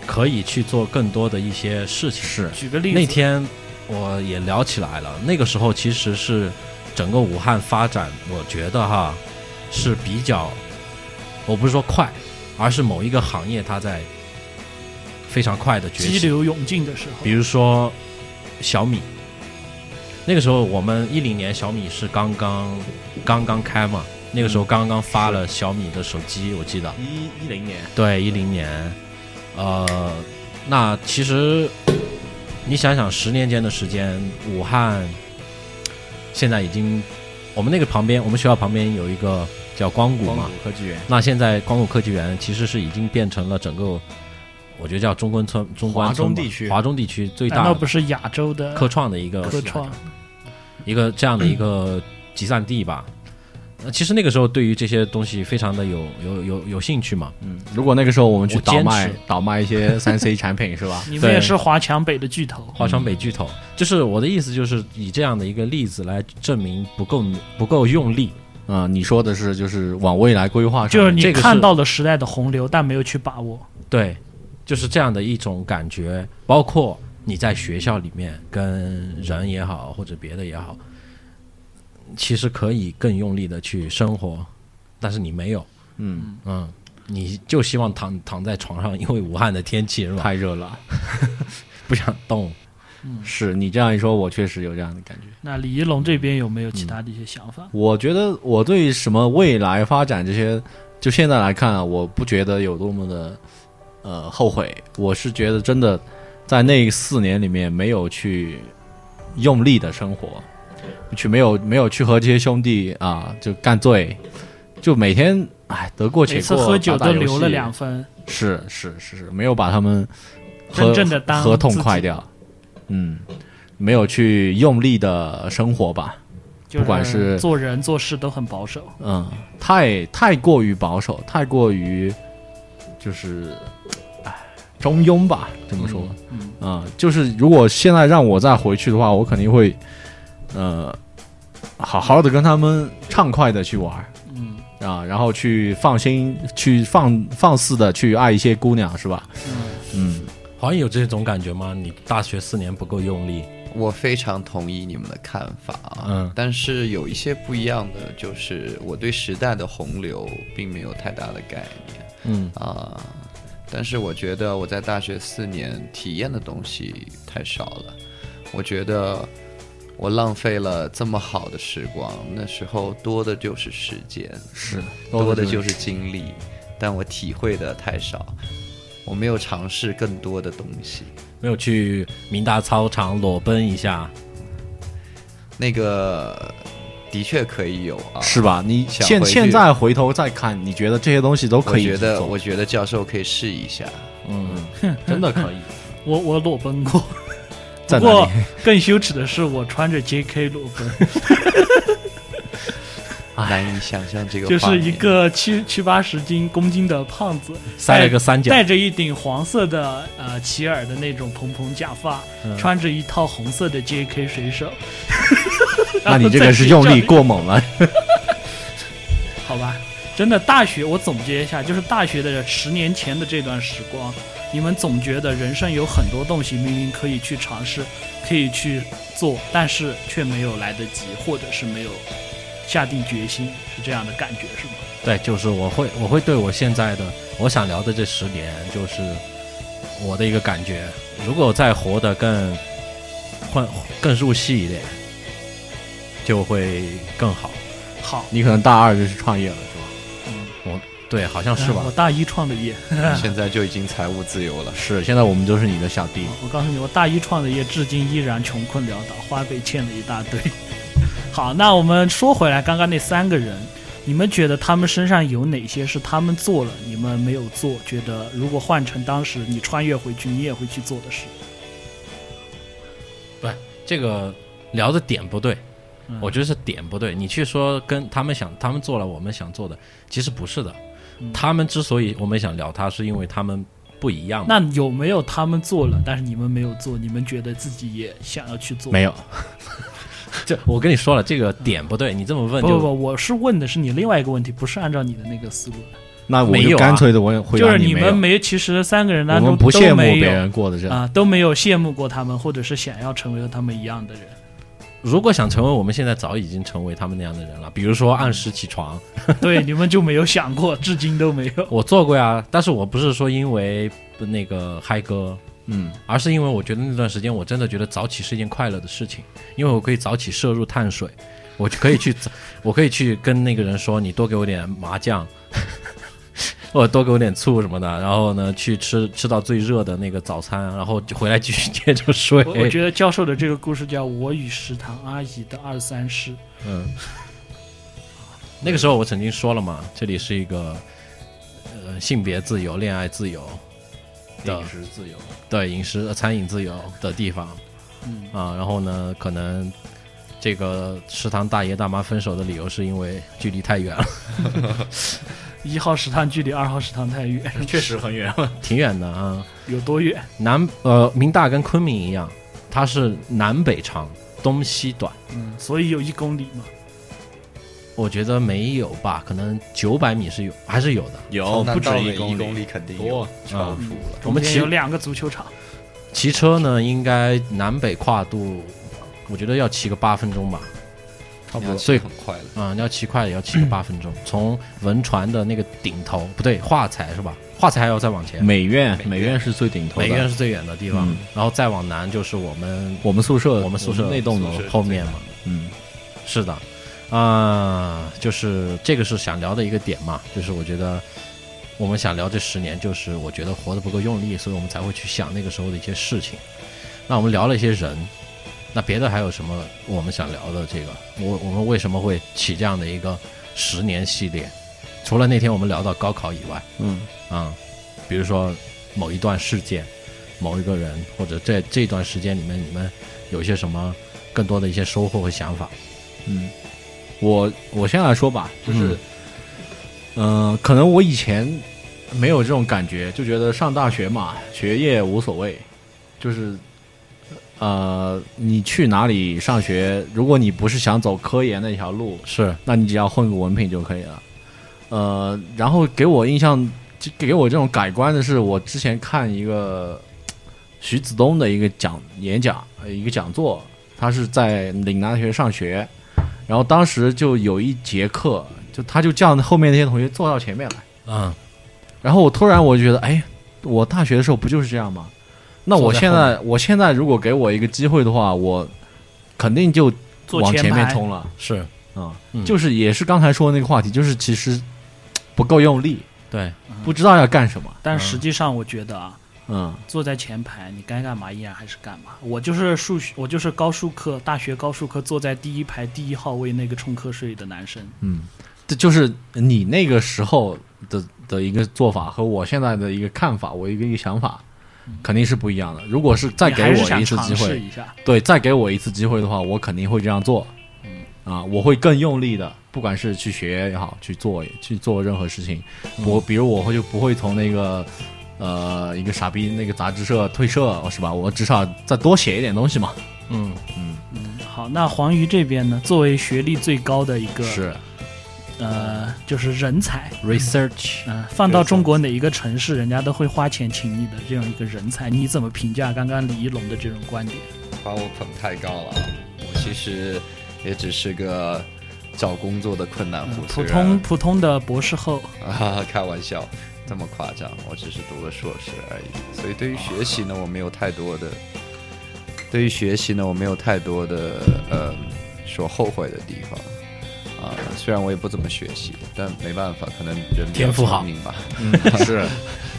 可以去做更多的一些事情。是举个例子，那天我也聊起来了，那个时候其实是整个武汉发展，我觉得哈是比较，我不是说快，而是某一个行业它在非常快的崛激起，流勇进的时候，比如说小米。那个时候我们一零年小米是刚刚刚刚开嘛，那个时候刚刚发了小米的手机，我记得。一一零年，对，一零年，呃，那其实你想想，十年间的时间，武汉现在已经，我们那个旁边，我们学校旁边有一个叫光谷光嘛，谷科技园那现在光谷科技园其实是已经变成了整个，我觉得叫中关村、中关华中村吧地区华中地区最难大道的哎不是亚洲的科创的一个科创？一个这样的一个集散地吧。那其实那个时候对于这些东西非常的有有有有兴趣嘛，嗯，如果那个时候我们去我倒坚卖持倒卖一些三 C 产品是吧？你们也对是华强北的巨头，华强北巨头。就是我的意思，就是以这样的一个例子来证明不够不够用力。嗯，你说的是就是往未来规划上，就是你这个是看到了时代的洪流，但没有去把握。对，就是这样的一种感觉。包括你在学校里面跟人也好，或者别的也好，其实可以更用力的去生活，但是你没有，嗯，嗯，你就希望躺躺在床上，因为武汉的天气是吧？太热了。 不想动。是你这样一说，我确实有这样的感觉。那李一嗯龙这边有没有其他的一些想法？我觉得我对什么未来发展这些，就现在来看啊，我不觉得有多么的呃后悔。我是觉得真的在那四年里面没有去用力的生活，去没有没有去和这些兄弟啊就干醉，就每天哎得过且每次过，喝酒打打都游戏留了两分，是是是，是，没有把他们喝真正地当喝痛自己快掉，嗯，没有去用力的生活吧，就是不管是做人做事都很保守。嗯，太太过于保守，太过于就是唉中庸吧，这么说，嗯啊、就是如果现在让我再回去的话，我肯定会，呃，好好的跟他们畅快的去玩儿，嗯啊，然后去放心去放放肆的去爱一些姑娘，是吧？嗯，嗯，黄奕有这种感觉吗？你大学四年不够用力，我非常同意你们的看法啊，嗯但是有一些不一样的，就是我对时代的洪流并没有太大的概念嗯，啊。但是我觉得我在大学四年体验的东西太少了，我觉得我浪费了这么好的时光，那时候多的就是时间，是多的就是经历，但我体会的太少，我没有尝试更多的东西。没有去民大操场裸奔一下，那个的确可以有啊，是吧？你想现回去现在回头再看，你觉得这些东西都我可以觉得，做我觉得教授可以试一下。嗯，真的可以。我我裸奔 过，在不哪过里？ 更羞耻的是我穿着 J.K. 裸 奔，难以想象这个就画是面一个七七八十斤公斤的胖子，塞了个三角哎戴，着一顶黄色的呃齐耳的那种蓬蓬假发，嗯穿着一套红色的 J.K. 水手。 那你这个是用力过猛了。好吧，真的大学，我总结一下，就是大学的十年前的这段时光，你们总觉得人生有很多东西明明可以去尝试，可以去做，但是却没有来得及，或者是没有下定决心，是这样的感觉是吗？对，就是我会我会对我现在的我想聊的这十年，就是我的一个感觉。如果再活得更换更入戏一点，就会更好。好，你可能大二就去创业了，是吧？对，好像哦是吧嗯我？大一创的业，现在就已经财务自由了。是，现在我们就是你的小弟。我告诉你，我大一创的业至今依然穷困潦倒，花呗欠了一大堆。 好，那我们说回来，刚刚那三个人，你们觉得他们身上有哪些是他们做了，你们没有做？觉得如果换成当时你穿越回去，你也会去做的事？这个聊的点不对，嗯我觉得是点不对。你去说跟他们想，他们做了我们想做的，其实不是的。嗯他们之所以我们想聊他，是因为他们不一样嘛。那有没有他们做了，但是你们没有做，你们觉得自己也想要去做？ 没有，这我跟你说了，这个点不对。你这么问不不就不，我是问的是你另外一个问题，不是按照你的那个思路，那我没有就啊干脆的我也回就答是你没有们。没，其实三个人我当中们不都羡慕没别有人过的这样，啊、都没有羡慕过他们，或者是想要成为和他们一样 的人。如果想成为我们现在早已经成为他们那样的人了，比如说按时起床，对，你们就没有想过，至今都没 有。我做过呀，但是我不是说因为那个嗨歌，嗯，而是因为我觉得那段时间我真的觉得早起是一件快乐的事情，因为我可以早起摄入碳水， 我就可以去，我可以去跟那个人说，你多给我点麻酱，我多给我点醋什么的，然后呢去吃吃到最热的那个早餐，然后就回来继续接着睡。我我觉得教授的这个故事叫《我与食堂阿姨的二三事》。嗯， 那个时候我曾经说了嘛，这里是一个呃性别自由、恋爱自由的食自由，对饮食、呃餐饮自由的地方嗯，啊。然后呢，可能这个食堂大爷大妈分手的理由是因为距离太远了， 一号食堂距离二号食堂太远，确实很远。挺远的啊。有多远？南呃，明大跟昆明一样，它是南北长，东西短。嗯，所以有一公里嘛。我觉得没有吧，可能九百米是有，还是有的。 有从南不止到北一一公公里，哦里肯定多有超嗯出了。我们嗯中骑间有两个足球场，骑车呢，应该南北跨度，我觉得要骑个八分钟吧。差不多所以很快了。啊、你要骑快也要骑个八分钟，从文传的那个顶头，不对，华财是吧？华财还要再往前，美院，美美院是最顶头美院的。是最远的地嗯方，呃然后再往南就是我们我们宿舍，我们宿舍那栋楼宿舍后面嘛。嗯，是的，啊、啊就是这个是想聊的一个点嘛，就是我觉得我们想聊这十年，就是我觉得活得不够用力，所以我们才会去想那个时候的一些事情。那我们聊了一些人，那别的还有什么我们想聊的？这个我我们为什么会起这样的一个十年系列？除了那天我们聊到高考以外，嗯啊、比如说某一段事件、某一个人，或者在这段时间里面，你们有一些什么更多的一些收获和想法？嗯，我我先来说吧，就是嗯，嗯、可能我以前没有这种感觉，就觉得上大学嘛，学业无所谓，就是，呃，你去哪里上学，如果你不是想走科研那条路，是，那你只要混个文凭就可以了。呃，然后给我印象，就给我这种改观的是，我之前看一个呃徐子东的一个讲演讲，呃一个讲座，他是在岭南大学上学，然后当时就有一节课，就他就叫后面那些同学坐到前面来，嗯，然后我突然我就觉得，哎，我大学的时候不就是这样吗？那我坐在现后在，我现在如果给我一个机会的话，我肯定就坐往前面排。冲了。是啊、嗯就是也是刚才说的那个话题，就是其实不够用力，对，嗯不知道要干什么。但实际上，我觉得啊，嗯坐在前排，你该干嘛依然还是干嘛。我就是数学，我就是高数课，大学高数课坐在第一排第一号位那个冲瞌睡的男生。嗯，这就是你那个时候的的一个做法和我现在的一个看法，我一个一个想法，肯定是不一样的。如果是再嗯你给还是我想一次机尝试会，一下。对，再给我一次机会的话，我肯定会这样做。啊，我会更用力的，不管是去学也好，去做去做任何事情，我比如我会就不会从那个呃一个傻逼那个杂志社退社是吧？我至少再多写一点东西嘛。嗯，好，那黄鱼这边呢，作为学历最高的一个，是，呃，就是人才， research 嗯、放到中国哪一个城市，人家都会花钱请你的这样一个人才，你怎么评价刚刚李一龙的这种观点？把我捧太高了啊，我其实也只是个找工作的困难户嗯，普虽然通普通的博士后， 啊，开玩笑，这么夸张？我只是读了硕士而已，所以对于学习呢，我没有太多的，对于学习呢，我没有太多的呃所后悔的地方。啊，虽然我也不怎么学习，但没办法，可能人比较天赋好嗯聪明吧， 是，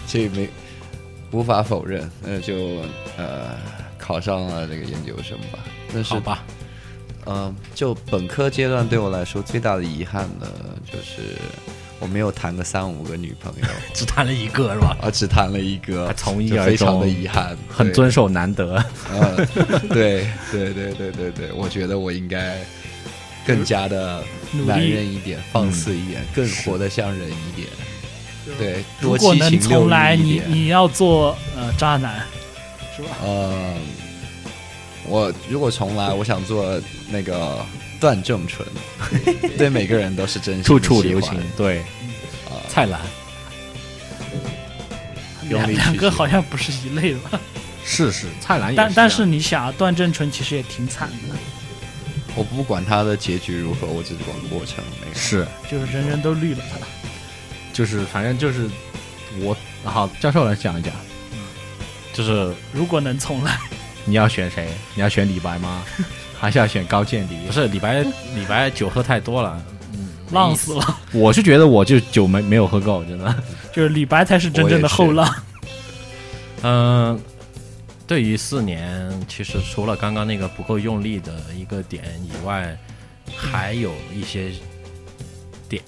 这没无法否认。那就呃考上了这个研究生吧，但是好吧，嗯，就本科阶段对我来说最大的遗憾呢，就是我没有谈个三五个女朋友，只谈了一个是吧？啊，只谈了一个，从一就而非常的终，遗憾，很对遵守难得。呃，对对对对对对，我觉得我应该更加的努男力人一点，放肆一点，更活得像人一点，对，如多果七能情六重来，欲一你点。你要做呃渣男，是吧？嗯，我如果重来，我想做那个段正淳，对每个人都是真心，处处留情，，对，呃蔡澜用两力去两个喜好像不是一 类吧？是是，蔡澜也但这但样是你想，啊，段正淳其实也挺惨的，我不管他的结局如何，我只管过程。那个是就是人人都绿了他。就是反正就是我好，教授来讲一讲，就是如果能重来，你要选谁？你 要选李白吗？还是要选高渐离不？是李白？李白酒喝太多了，嗯，浪死了。我是觉得我就酒没没有喝够，真的。 就是李白才是真正的后浪。嗯、对于四年，其实除了刚刚那个不够用力的一个点以外，还有一些点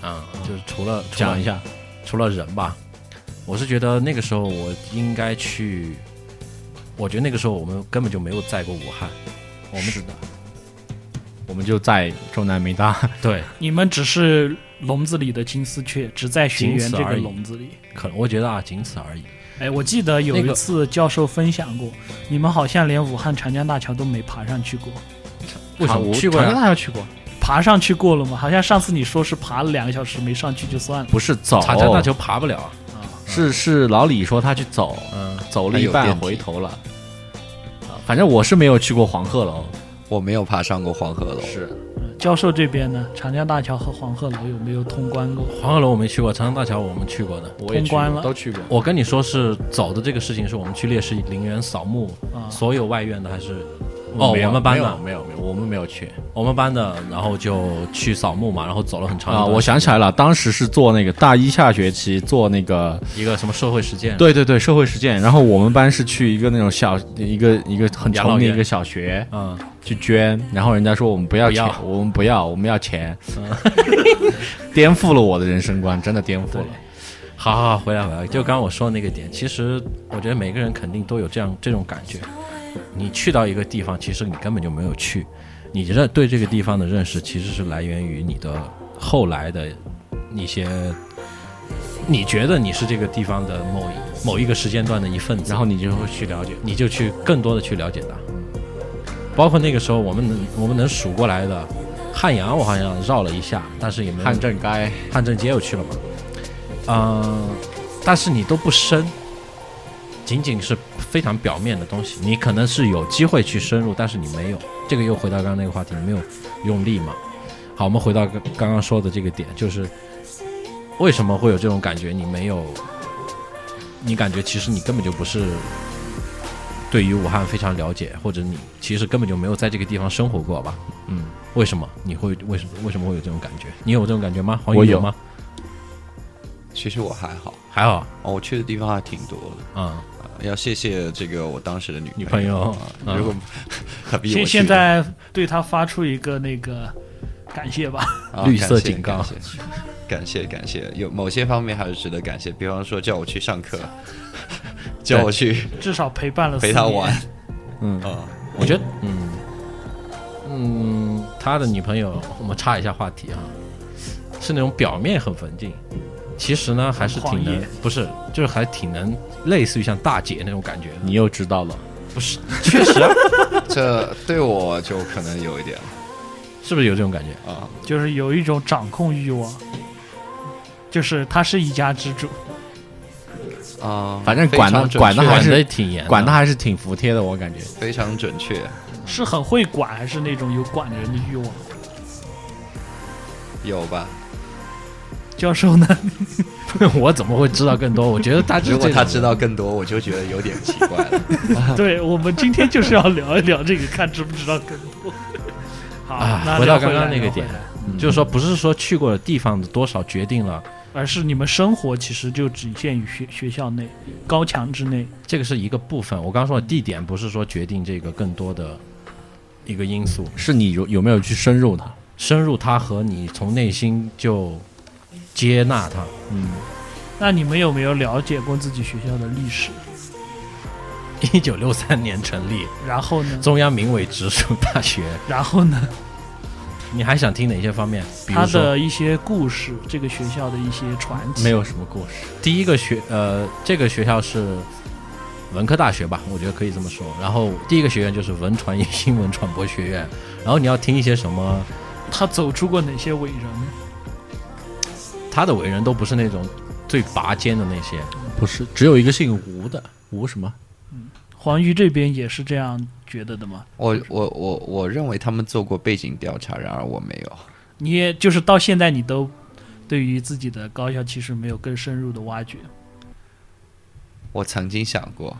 啊、就是除了除了讲一下，除了人吧，我是觉得那个时候我应该去，我觉得那个时候我们根本就没有在过武汉，我们是的，我们就在中南民大，对，你们只是笼子里的金丝雀，只在学员这个笼子里。可能我觉得啊，仅此而已。哎，我记得有那一个次教授分享过，你们好像连武汉长江大桥都没爬上去过。为什么我去过呀长江大桥去过，爬上去过了吗？好像上次你说是爬了两个小时没上去就算了不是走长江大桥爬不了啊，啊。是是老李说他去走，嗯，走了一还有半电梯回头了。啊反正我是没有去过黄鹤楼，我没有爬上过黄鹤楼，是嗯教授这边呢，长江大桥和黄鹤楼有没有通关过？黄鹤楼我没去过，长江大桥我们去过的。我也去通关过，了都去过。我跟你说是走的这个事情，是我们去烈士陵园扫墓，啊所有外院的还是哦没有我们班没有的没有没有，我们没有去我们班的，然后就去扫墓嘛，然后走了很长一啊！段我想起来了，当时是做那个大一下学期做那个一个什么社会实践，对对对，社会实践。然后我们班是去一个那种小一个一个很养老穷的一院个小学嗯，去捐，然后人家说我们不要嗯不钱，要我们不要，我们要钱， 颠覆了我的人生观，真的颠覆了。好好好，回来回来，就刚刚我说的那个点，其实我觉得每个人肯定都有这样这种感觉。你去到一个地方，其实你根本就没有去，你认对这个地方的认识其实是来源于你的后来的一些，你觉得你是这个地方的某一某一个时间段的一份子，然后你就会去了解，你就去更多的去了解它。包括那个时候，我们能我们能数过来的汉阳，我好像绕了一下，但是也没有汉正该汉正街又去了嘛，嗯、但是你都不深，仅仅是非常表面的东西，你可能是有机会去深入，但是你没有。这个又回到刚刚那个话题，你没有用力嘛？好，我们回到刚刚刚说的这个点，就是为什么会有这种感觉？你没有，你感觉其实你根本就不是对于武汉非常了解，或者你其实根本就没有在这个地方生活过吧？嗯，为什么你会为什么为什么会有这种感觉？你有这种感觉吗？黄我宇有吗？其实我还好，还好，哦，我去的地方还挺多的，啊，要谢谢这个我当时的女女朋友啊如果她逼我现去现在对他发出一个那个感谢吧。 啊绿色警告，感谢感谢感谢，有某些方面还是值得感谢，比方说叫我去上课，叫我去至少陪伴了陪四她年玩，嗯啊，我觉得，嗯嗯，他的女朋友，我们岔一下话题啊，是那种表面很文静，其实呢还是挺狂能野，不是，就是还挺能，类似于像大姐那种感觉的，你又知道了，不是，确实啊，这对我就可能有一点是不是有这种感觉？了啊，就是有一种掌控欲望，就是他是一家之主，啊，反正管得非常准确管得还管是的挺严的，管他还是挺服帖的，我感觉。非常准确，是很会管，还是那种有管人的欲望？有吧？教授 呢？ 我怎么会知道更多？我觉得他就是如果这他种知道更多，我就觉得有点奇怪了。 对我们今天就是要聊一聊这个，看知不知道更多。好，啊那回到聊刚刚来那个聊回点来就是说不是说去过的地方的多少决定了。而是你们生活其实就只限于学学校内、高墙之内。这个是一个部分。我刚说的地点不是说决定这个更多的一个因素，是你有有没有去深入它？深入它和你从内心就接纳它。嗯，那你们有没有了解过自己学校的历史？一九六三年成立，然后呢？中央民委直属大学。然后呢？你还想听哪些方面？比如他说的一些故事，这个学校的一些传奇。没有什么故事。第一个学呃，这个学校是文科大学吧，我觉得可以这么说。然后第一个学院就是文传与新闻传播学院。然后你要听一些什么？他走出过哪些伟人？他的为人都不是那种最拔尖的那些。不是，只有一个姓吴的，吴什么？黄瑜这边也是这样觉得的吗？我我我我认为他们做过背景调查，然而我没有。你也就是到现在你都对于自己的高校其实没有更深入的挖掘。我曾经想过，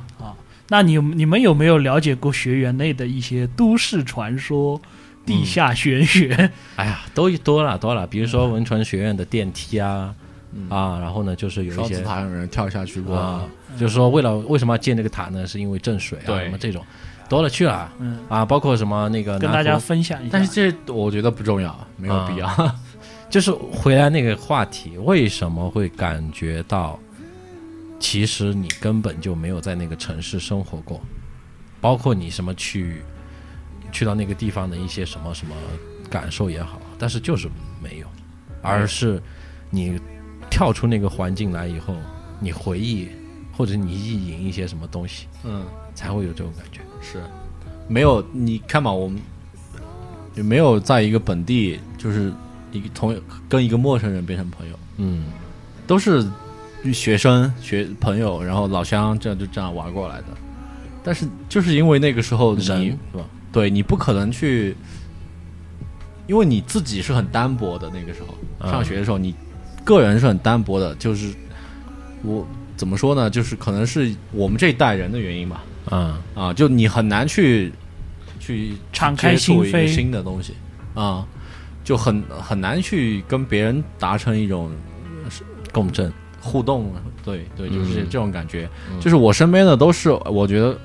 那你你们有没有了解过学员内的一些都市传说，地下玄 嗯学，哎呀，都多了多了，比如说文传学院的电梯啊，啊，然后呢，就是有一双些子塔有人跳下去过，啊，就是说为了为什么要建这个塔呢？是因为镇水啊，对什么这种多了去了嗯，啊，包括什么那个跟南大家湖分享一下。但是这我觉得不重要，没有必要。嗯就是回来那个话题，为什么会感觉到，其实你根本就没有在那个城市生活过，包括你什么去去到那个地方的一些什么什么感受也好，但是就是没有，而是你跳出那个环境来以后，你回忆或者你意淫一些什么东西，嗯，才会有这种感觉。是，没有你看嘛，我们也没有在一个本地，就是一个同跟一个陌生人变成朋友，嗯，都是学生、学朋友，然后老乡这样就这样玩过来的。但是就是因为那个时候你人是吧？对你不可能去，因为你自己是很单薄的。那个时候嗯上学的时候，你个人是很单薄的，就是我怎么说呢？就是可能是我们这一代人的原因吧。嗯，啊，就你很难去去敞开接触心一个扉新的东西啊，就很很难去跟别人达成一种共振。互动。对对，就是这这种感觉。嗯就是我身边的都是我觉得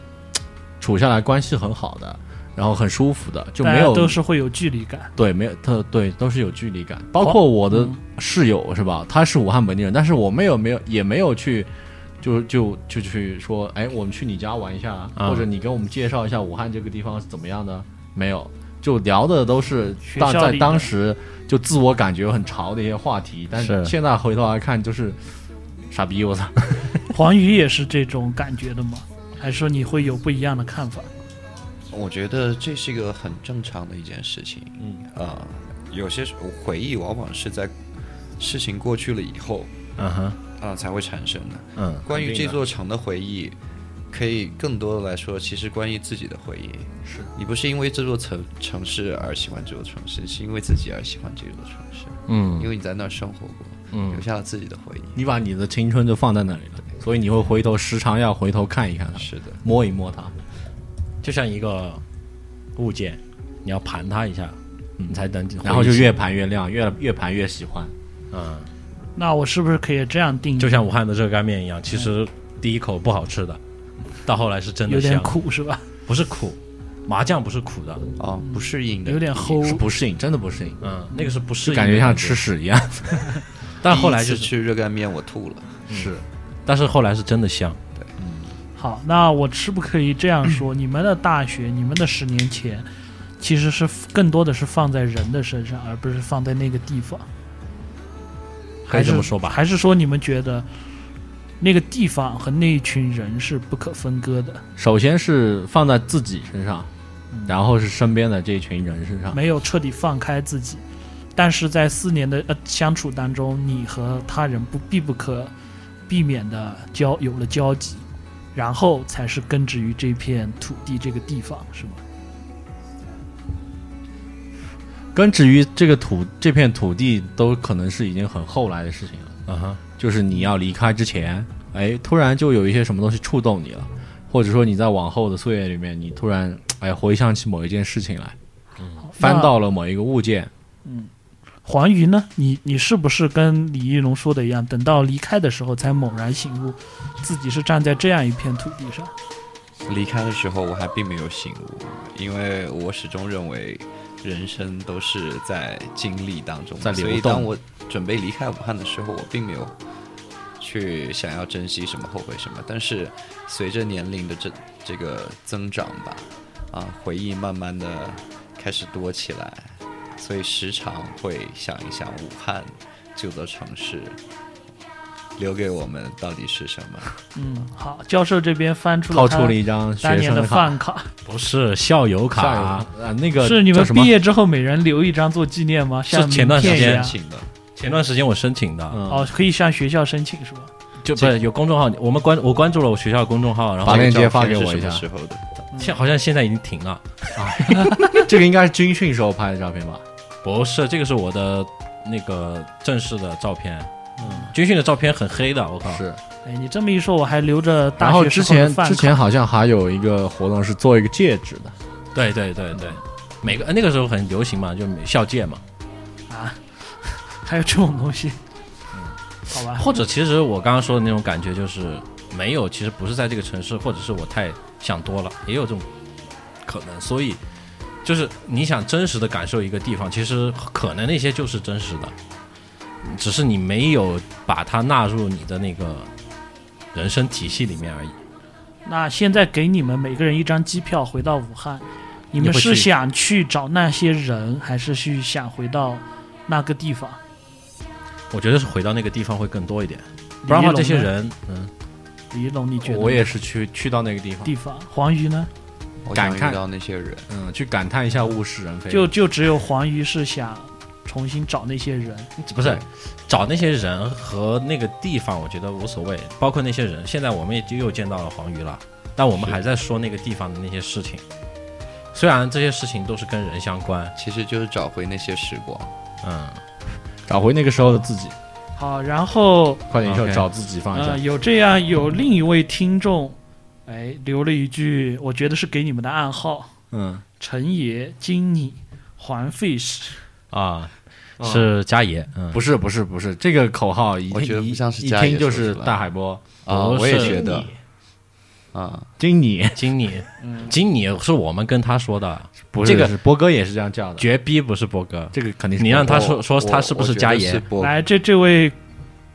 处下来关系很好的，然后很舒服的，就大没家有都是会有距离感，对，没有特对，都是有距离感。包括我的嗯室友、是吧？他是武汉本地人，但是我没有没有也没有去，就就就去说，哎，我们去你家玩一下啊，啊或者你给我们介绍一下武汉这个地方是怎么样的？没有，就聊的都是学当校在里当的时就自我感觉很潮的一些话题，但是现在回头来看就是傻逼，我操！ 黄鱼也是这种感觉的吗？还是说你会有不一样的看法？我觉得这是一个很正常的一件事情。嗯啊、有些时候回忆往往是在事情过去了以后嗯哼，啊、才会产生的。嗯，关于肯定这的座城的回忆，可以更多的来说，其实关于自己的回忆。是你不是因为这座城城市而喜欢这座城市，是因为自己而喜欢这座城市，嗯因为你在那儿生活过，留下了自己的回忆。你把你的青春就放在那里了，所以你会回头时常要回头看一看它，是的，摸一摸它。就像一个物件，你要盘它一下，你才能，然后就越盘越亮，越越盘越喜欢。嗯，那我是不是可以这样定义？就像武汉的热干面一样，其实第一口不好吃的，到后来是真有的点香，苦是吧？不是苦，麻酱不是苦的，哦，不适应的，有点齁是不适应，真的不适应，嗯，那个是不适就应，感觉像吃，屎一样。但后来第一就次是，吃热干面，我吐了。是，但是后来是真的香，好，那我是不可以这样 说？你们的大学，你们的十年前，其实是更多的是放在人的身上，而不是放在那个地方。可以还是这么说吧，还是说你们觉得那个地方和那一群人是不可分割的，首先是放在自己身上，然后是身边的这群人身上。没有彻底放开自己？但是在四年的呃相处当中，你和他人不必不可避免的交有了交集，然后才是根植于这片土地这个地方，是吗？根植于这个土这片土地，都可能是已经很后来的事情了。嗯哼，就是你要离开之前，哎，突然就有一些什么东西触动你了，或者说你在往后的岁月里面，你突然哎回想起某一件事情来，翻到了某一个物件，黄鱼呢？你你是不是跟李一龙说的一样，等到离开的时候才猛然醒悟，自己是站在这样一片土地上？离开的时候，我还并没有醒悟，因为我始终认为人生都是在经历当中，在流动所以当我准备离开武汉的时候，我并没有去想要珍惜什么、后悔什么。但是随着年龄的这这个增长吧，啊，回忆慢慢的开始多起来，所以时常会想一想武汉这座城市留给我们到底是什么。嗯，好，教授这边翻出掏了他出了一张当学年生的卡。饭卡，不是校友卡，下一个啊，那个是你叫们什么毕业之后每人留一张做纪念吗？像前段时名片一啊间样请的，前段时间我申请的，嗯哦，可以向学校申请是吧？就不是有公众号，我们关我关注了我学校的公众号，然后把链接发给我一下这个照片是什么时候的？现好像现在已经停了。这个应该是军训时候拍的照片吧？不是，这个是我的那个正式的照片。军训的照片很黑的，我靠。是。哎，你这么一说，我还留着大然后学之时候的前饭之卡。前好像还有一个活动是做一个戒指的，对对对对，每个那个时候很流行嘛，就校戒嘛。啊， 还有这种东嗯西，好吧，或者其实我刚刚说的那种感觉就是没有，其实不是在这个城市，或者是我太想多了，也有这种可能。所以就是你想真实的感受一个地方，其实可能那些就是真实的，只是你没有把它纳入你的那个人生体系里面而已。那现在给你们每个人一张机票回到武汉，你们你会是去想去找那些人，还是去想回到那个地方？我觉得是回到那个地方会更多一点，不然的话这些人，嗯，李一龙呢，李一龙你觉得呢我也是去去到那个地方，地方，黄鱼呢？我感想遇慨到那些人，嗯，去感叹一下物是人非。就就只有黄鱼是想重新找那些人，不是找那些人和那个地方，我觉得无所谓，包括那些人。现在我们也就又见到了黄鱼了，但我们还在说那个地方的那些事情。虽然这些事情都是跟人相关，其实就是找回那些时光。嗯，找回那个时候的自己，好，然后快点说 OK 找自己放一呃，下。有这样有另一位听众，哎，留了一句，我觉得是给你们的暗号：嗯陈爷、经你、黄 fish。啊，嗯是家爷，嗯，不是不是不是，这个口号一我觉得听不像是一家里听就说是出来大海波啊，不我也哦是觉得啊，经理，经理，经理是我们跟他说的，不是这个是波哥也是这样叫的，绝逼不是波哥。这个肯定是你让他我说说我他是不我是觉家得爷是不来，这这位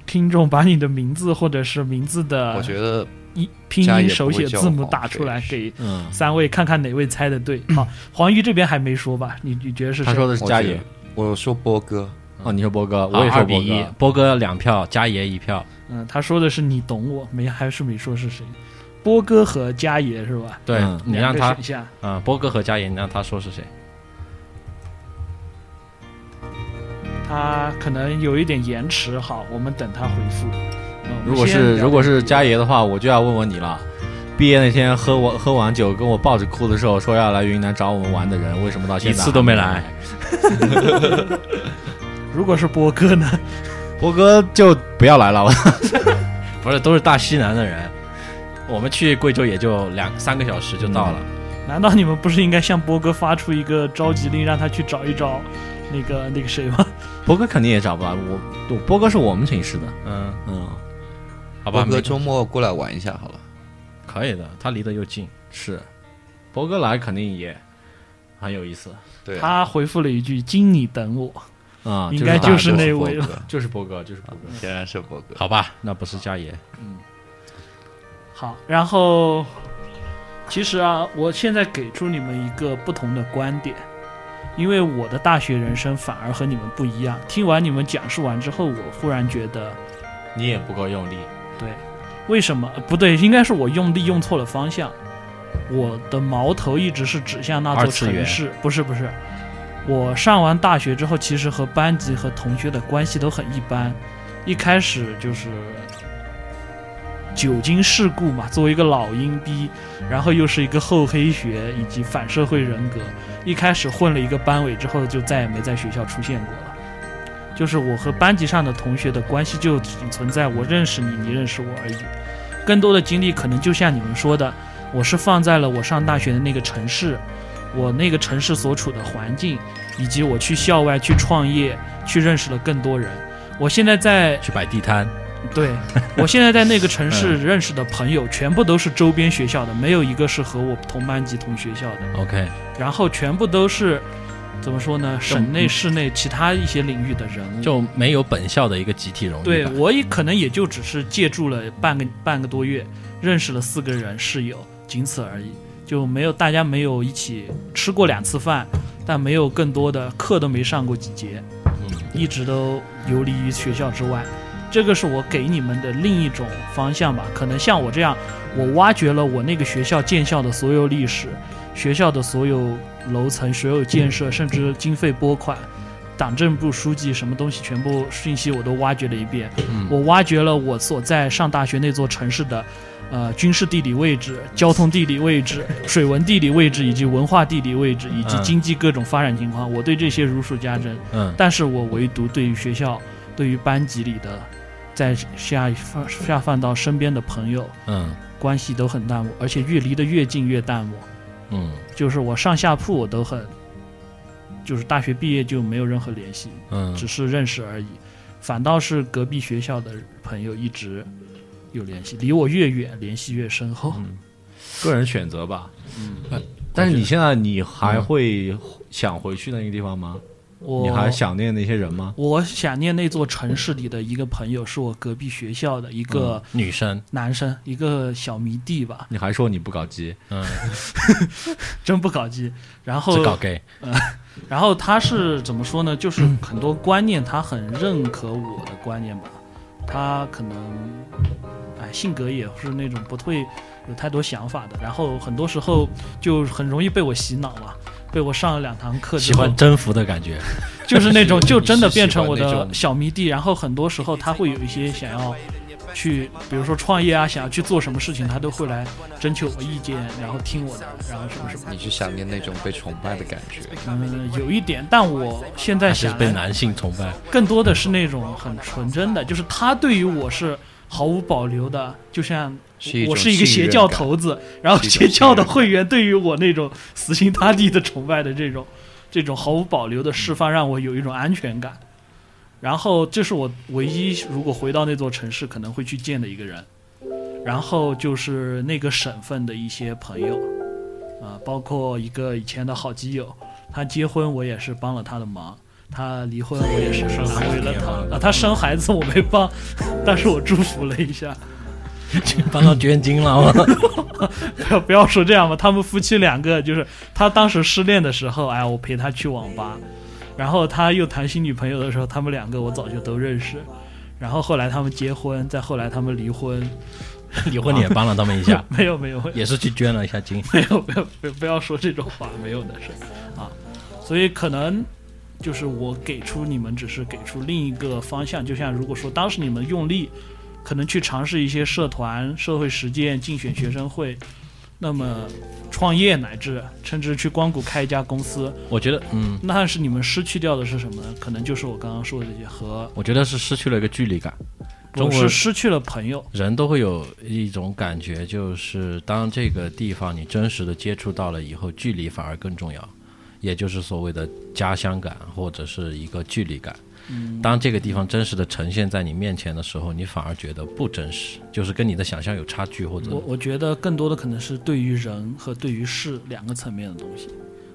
听众把你的名字或者是名字我的觉得一拼家音也手不会写叫字母黄打出来 fish 给嗯，三位，看看哪位猜的对。好，黄鱼这边还没说吧？你你觉得是谁？他说的是我家觉爷得。我说波哥，哦，你说波哥，我也二说比波一哥，，波哥两票，家爷一票。嗯，他说的是你懂我，没还是没说是谁？波哥和家爷是吧？对嗯你让他一下，啊，波哥和家爷，你让他说是谁？他可能有一点延迟，好，我们等他回复。嗯如果我们是先聊如果是家爷的话，我就要问问你了。毕业那天喝完喝完酒，跟我抱着哭的时候，说要来云南找我们玩的人，为什么到现在一次都没来？如果是波哥呢？ 波哥就不要来了，我不是，都是大西南的人。我们去贵州也就两三个小时就到了。难道你们不是应该向波哥发出一个召集令，让他去找一找那个那个谁吗？波哥肯定也找不到我。我波哥是我们寝室的，嗯，嗯，好吧，波哥没周末过来玩一下好了。可以的，他离得又近。是，波哥来肯定也很有意思对啊，他回复了一句：“经你等我。啊，应该就就是大那哥位波了 哥，就是波哥，就是波哥。显然是波哥。嗯好吧，那不是家爷。”好，然后其实啊，我现在给出你们一个不同的观点，因为我的大学人生反而和你们不一样。听完你们讲述完之后，我忽然觉得，你也不够用力，对，为什么呃不对？应该是我用力用错了方向。我的矛头一直是指向那座二次城元市，不是不是。我上完大学之后，其实和班级和同学的关系都很一般。一开始就是酒精事故嘛，作为一个老阴逼，然后又是一个厚黑学以及反社会人格，一开始混了一个班委之后，就再也没在学校出现过了。就是我和班级上的同学的关系就只存在我认识你，你认识我而已。更多的精力可能就像你们说的，我是放在了我上大学的那个城市，我那个城市所处的环境，以及我去校外去创业，去认识了更多人。我现在在去摆地摊，对我现在在那个城市认识的朋友，全部都是周边学校的，没有一个是和我同班级同学校的。 OK，然后全部都是怎么说呢？省内、市内其他一些领域的人物。就没有本校的一个集体荣誉对吧我也可能也就只是借助了半个半个多月，认识了四个人室友，仅此而已，就没有大家没有一起吃过两次饭，但没有更多的课都没上过几节，一直都游离于学校之外。这个是我给你们的另一种方向吧，可能像我这样，我挖掘了我那个学校建校的所有历史，学校的所有楼层、所有建设，甚至经费拨款，党政部书记什么东西全部信息我都挖掘了一遍。我挖掘了我所在上大学那座城市的，呃，军事地理位置、交通地理位 置、水文地理位置以及文化地理位置以及嗯经济各种发展情况，我对这些如数家珍。嗯，但是我唯独对于学校、对于班级里的，在下放下放到身边的朋友嗯关系都很淡漠，而且越离得越近越淡漠。嗯就是我上下铺我都很就是大学毕业就没有任何联系，嗯只是认识而已。反倒是隔壁学校的朋友一直有联系，离我越远联系越深厚。个人选择吧。嗯，但是你现在你还会想回去那个地方吗？我你还想念那些人吗？我想念那座城市里的一个朋友，是我隔壁学校的一个女生，男生，一个小迷弟吧，你还说你不搞基，嗯，真不搞基。然后只搞 gay，然后他是怎么说呢？就是嗯很多观念他很认可我的观念吧，他可能，哎，性格也是那种不会有太多想法的，然后很多时候就很容易被我洗脑嘛，被我上了两堂课喜之后欢，征服的感觉，就是那 种你是就真的变成我你是喜欢那的种小迷弟，然后很多时候他会有一些想要。去，比如说创业啊，想要去做什么事情，他都会来征求我意见，然后听我的，然后什么什么，你是想念那种被崇拜的感觉？嗯，有一点。但我现在还是想来被男性崇拜，更多的是那种很纯真的，就是他对于我是毫无保留的，就像是一种我是一个邪教头子，然后是一邪种教的会员对于我那种死心塌地的崇拜的这种，这种毫无保留的释放，让我有一种安全感。然后这是我唯一如果回到那座城市可能会去见的一个人，然后就是那个省份的一些朋友，啊、包括一个以前的好基友，他结婚我也是帮了他的忙，他离婚我也是安慰了他，啊，他生孩子我没帮， 但是我祝福了一下。帮到捐精了吗？不 要不要说这样吧，他们夫妻两个就是他当时失恋的时候，哎，我陪他去网吧，然后他又谈新女朋友的时候，他们两个我早就都认识，然后后来他们结婚，再后来他们离婚， 离婚你也帮了他们一下， 没有没有没有也是去捐了一下精， 没有没有不要不要说这种话，没有的事啊，所以可能。就是我给出你们，只是给出另一个方向。就像如果说当时你们用力，可能去尝试一些社团、社会实践、竞选学生会，那么创业乃至甚至去光谷开一家公司，我觉得，嗯，那是你们失去掉的是什么呢？可能就是我刚刚说的这些和我觉得是失去了一个距离感。中我国是失去了朋友。人都会有一种感觉，就是当这个地方你真实的接触到了以后，距离反而更重要，也就是所谓的家乡感或者是一个距离感。当这个地方真实的呈现在你面前的时候，你反而觉得不真实，就是跟你的想象有差距，或者我我觉得更多的可能是对于人和对于事两个层面的东西。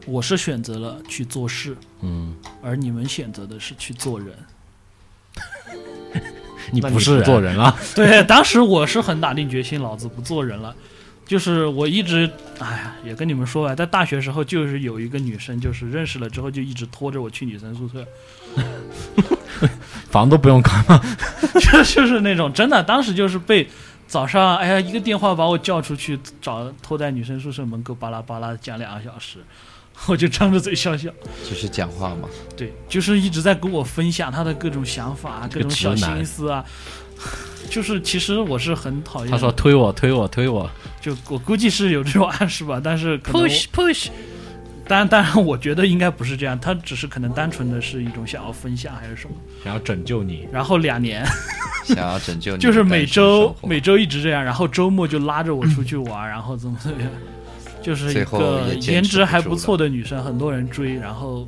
我是选择了去做事，嗯，而你们选择的是去做人。 你那不是人做人了？对，当时我是很打定决心，老子不做人了。就是我一直，哎呀，也跟你们说吧，在大学时候就是有一个女生，就是认识了之后就一直拖着我去女生宿舍， 房都不用看吗？就就是那种真的，当时就是被早上哎呀一个电话把我叫出去，找拖在女生宿舍门口巴拉巴拉讲两个小时， 我就张着嘴笑笑。只是讲话吗？对，就是一直在跟我分享他的各种想法啊，各个种小直男心思啊。 就是其实我是很讨厌，他说推我推我推我就我估计是有这种暗示吧，但是可能我 push push，当然，当然，我觉得应该不是这样，他只是可能单纯的是一种想要分享还是什么。想要拯救你，然后两年想要拯救你的就是每周嗯单身生活每周一直这样，然后周末就拉着我出去玩，然后怎么怎么样，就是一最后个也坚持颜值还不不住错的女生，很多人追，然后，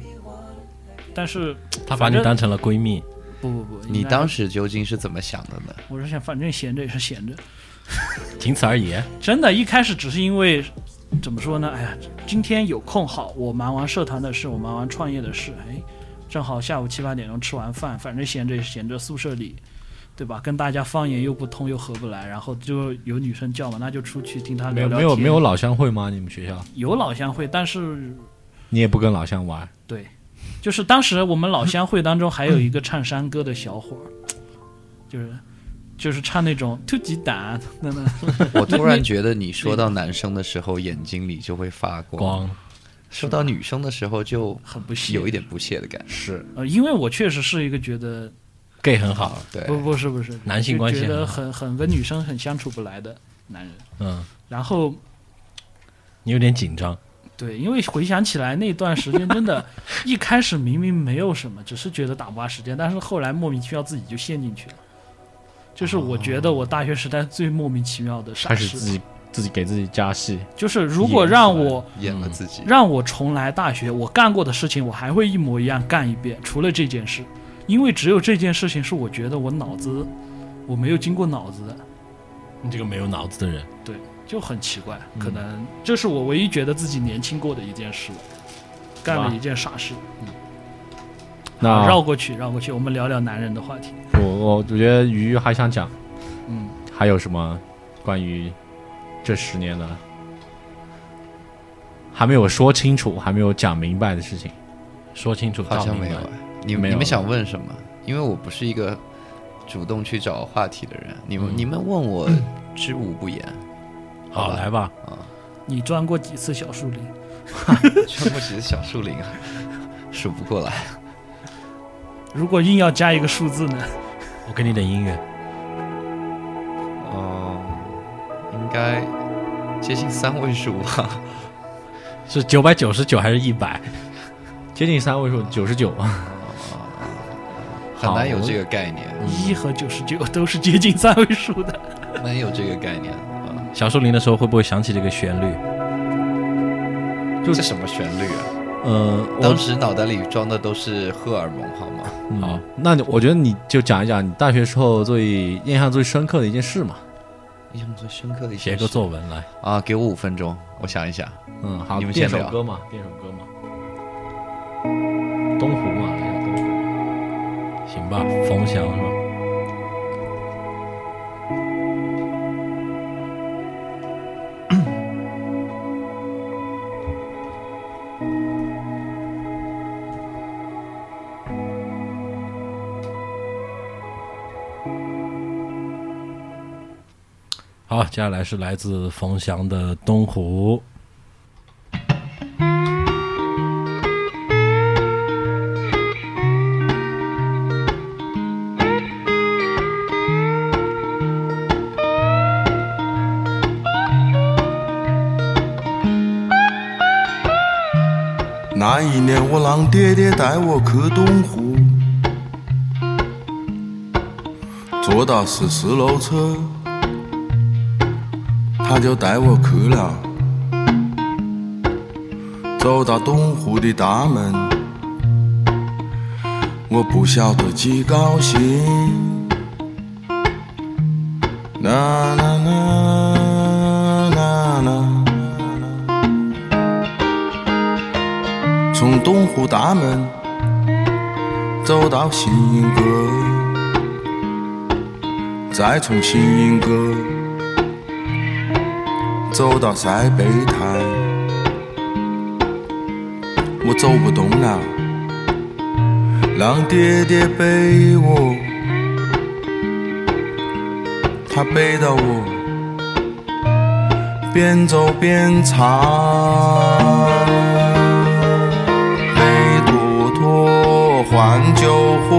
但是他把反你正当成了闺蜜，不不不，你应该当时究竟是怎么想的呢？我是想，反正闲着也是闲着，仅此而已。真的，一开始只是因为怎么说呢？哎呀，今天有空好，我忙完社团的事，我忙完创业的事，哎，正好下午七八点钟吃完饭，反正闲着也是闲着，宿舍里，对吧？跟大家方言又不通又合不来，然后就有女生叫嘛，那就出去听她聊没有聊没有天没有老乡会吗？你们学校有老乡会，但是你也不跟老乡玩？对，就是当时我们老乡会当中还有一个唱山歌的小伙儿，就是就是唱那种突击胆，那那我突然觉得你说到男生的时候，眼睛里就会发光；光说到女生的时候，就很不屑有一点不屑的感觉。是，呃，因为我确实是一个觉得 gay 很好，对，不不是不是，男性就关系觉很得好很很跟女生很相处不来的男人。嗯，然后你有点紧张，对，因为回想起来那段时间真的，一开始明明没有什么，只是觉得打发时间，但是后来莫名其妙自己就陷进去了。就是我觉得我大学时代最莫名其妙的傻开始事，自己自己给自己加戏。就是如果演让出来我演了自己，让我重来大学，我干过的事情我还会一模一样干一遍，除了这件事，因为只有这件事情是我觉得我脑子我没有经过脑子的，你这个没有脑子的人，就很奇怪。嗯可能这是我唯一觉得自己年轻过的一件事了，干了一件傻事。啊那绕过去，绕过去，我们聊聊男人的话题。我我我觉得鱼鱼还想讲，嗯，还有什么关于这十年的还没有说清楚、还没有讲明白的事情？说清楚，好照像明没有白哎。你没们有你们想问什么？因为我不是一个主动去找话题的人。你们、你们问我知无不言，好好，吧来吧，你钻过几次小树林？全部只是小树林啊，数不过来。如果硬要加一个数字呢？我给你点音乐。嗯，应该接近三位数吧。是九百九十九还是一百？接近三位数，九十九啊！很好难有这个概嗯念，一和九十九都是接近三位数的。难有这个概念啊！小树林的时候会不会想起这个旋律？就这什么旋律啊？呃，我当时脑袋里装的都是荷尔蒙，好吗？嗯好，那你我觉得你就讲一讲你大学时候最印象最深刻的一件事嘛。印象最深刻的一写件个事作文来。啊，给我五分钟，我想一想。嗯，好，你们垫先首聊歌嘛，垫首歌嘛，东湖嘛，来一下东湖。行吧，冯翔是吧？好，接下来是来自冯翔的《东湖》。那一年，我让爹爹带我去东湖，坐到十四路车，他就带我去了。走到东湖的大门，我不晓得几高兴。啦啦啦啦啦。从东湖大门走到新英阁，再从新英阁走到塞北滩，我走不动了，让爹爹背我，他背到我边走边唱。飞陀陀还九火，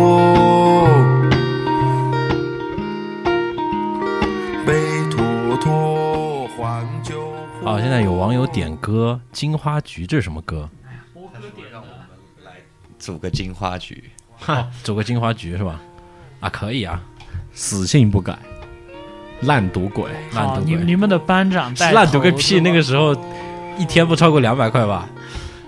飞陀陀还九火。哦啊好，现在有网友点歌《金花局》，这是什么歌？组个金花 局，走个金花局是吧？啊，可以啊，死性不改，烂赌鬼。烂好，赌你鬼。你们的班长带烂头赌个屁！是吧那个时候一天不超过两百块吧，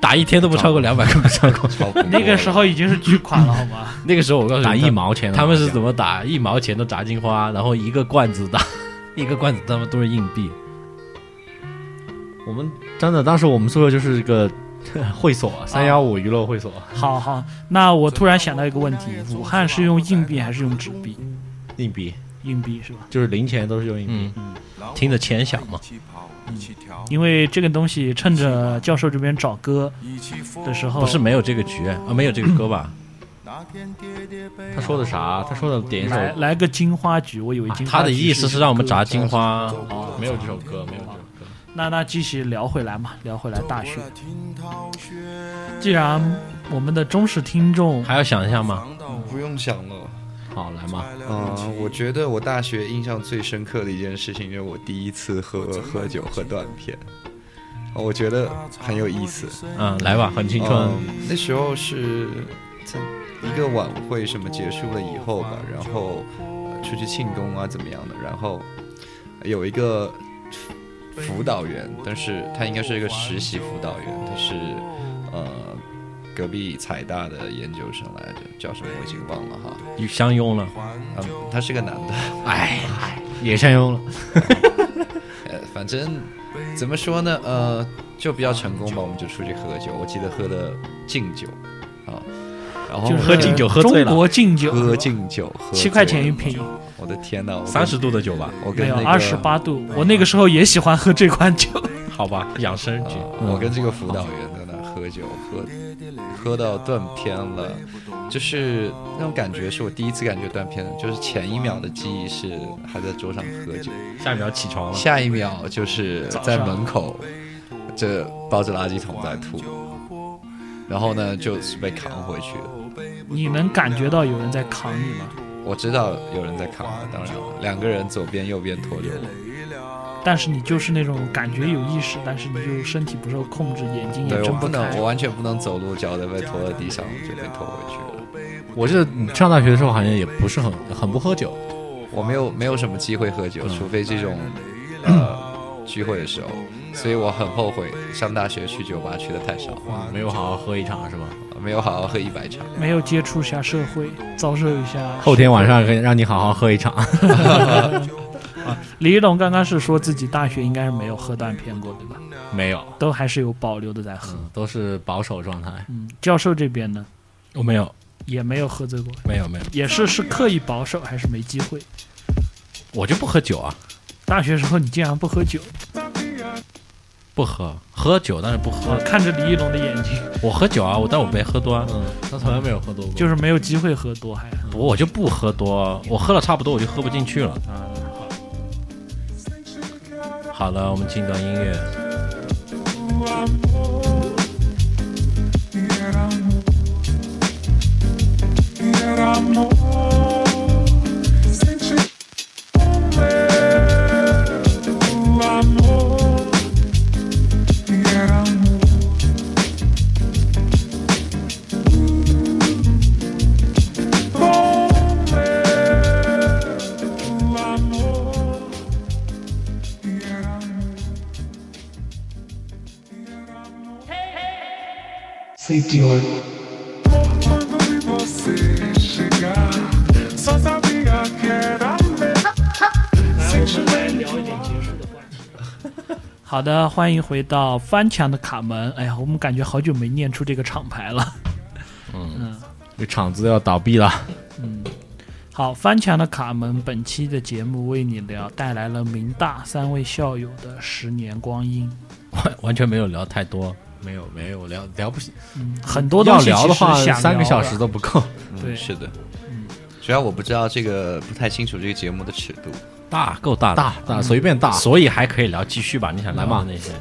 打一天都不超过两百块。超过超不过那个时候已经是巨款 了，好吗？那个时候我告诉你，打一毛钱啊他的们，他麻们是将怎么打？一毛钱的炸金花，然后一个罐子打， 一个罐子他们都是硬币。我们真的，当时我们宿舍就是一个 会所，啊啊三幺五娱乐会所，好好，那我突然想到一个问题：武汉是用硬币还是用纸币？硬币硬币是吧？就是零钱都是用硬币。嗯，听着钱响嘛。因为这个东西趁着教授这边找歌的时候，不是没有这个局啊，没有这个歌 吧？他说的啥？他说的点一首，来来个金花局，我以为金花啊他的局意思是是一让我们个炸金花。哦没有这首歌，没有这首歌。那那继续聊回来嘛，聊回来大学。既啊然我们的忠实听众还要想一下吗？不用想了。好，来嘛，嗯，我觉得我大学印象最深刻的一件事情，就是我第一次喝喝酒喝断片，哦我觉得很有意思。嗯，来吧，很青春。嗯那时候是在一个晚会什么结束了以后吧，然后呃出去庆功啊怎么样的，然后有一个辅导员，但是呃他应该是一个实习辅导员，他是呃隔壁财大的研究生来着，叫什么我已经忘了哈。你相拥了，嗯，他是个男的， 哎，也相拥了。呃，反正怎么说呢，呃，就比较成功吧，我们就出去喝酒，我记得喝的敬酒啊，然后就是哦喝敬酒喝醉了中国敬酒，喝敬酒，喝七块醉钱一了瓶，我的天呐，我跟三十度的酒吧，我跟没有那个二十八度。我那个时候也喜欢喝这款酒， 好吧，养生啊局。我跟这个辅导员在那儿喝酒，喝喝到断片了，就是那种感觉是我第一次感觉断片的，就是前一秒的记忆是还在桌上喝酒，下一秒起床了，下一秒就是在门口这抱着垃圾桶在吐，然后呢就是被扛回去了。你能感觉到有人在扛你吗？我知道有人在扛我，当然了，两个人左边右边拖着我，但是你就是那种感觉有意识，但是你就身体不受控制，眼睛也对我睁不开能，。我完全不能走路，脚都被拖到地上，我就被拖回去了。我记得你上大学的时候好像也不是很很不喝酒，我没有没有什么机会喝酒，嗯除非这种呃聚会的时候，所以我很后悔上大学去酒吧去的太少，没有好好喝一场是吧？没有好好喝一百场。没有接触一下社会，遭受一下。后天晚上可以让你好好喝一场。 李一龙刚刚是说自己大学应该是没有喝断片过，对吧？没有，都还是有保留的在喝。嗯，都是保守状态。嗯，教授这边呢我没有，也没有喝醉过，没有，没有，也是是刻意保守还是没机会？我就不喝酒啊，大学时候你竟然不喝酒，不喝，喝酒但是不我喝，啊看着李一龙的眼睛， 我喝酒啊，我但我没喝多啊，嗯，他从来没有喝多过。就是没有机会喝多还。我我就不喝多，我喝了差不多我就喝不进去了。嗯好了，我们进一段音乐。 Safety alert. 嗯 Sexual- 好的，欢迎回到翻墙的卡门。哎呀，我们感觉好久没念出这个厂牌了。这厂子要倒闭 了。好，翻墙的卡门，本期的节目为你聊带来了明大三位校友的十年光阴。完完全没有聊太多，没有没有聊聊不起，很多东要西聊的其实话想三个聊小的时都不够。对嗯嗯是的，主要我不知道这个，不太清楚这个节目的尺度。大够大的嗯大大随便大，所以还可以聊，继续吧，你想聊来的嘛那些。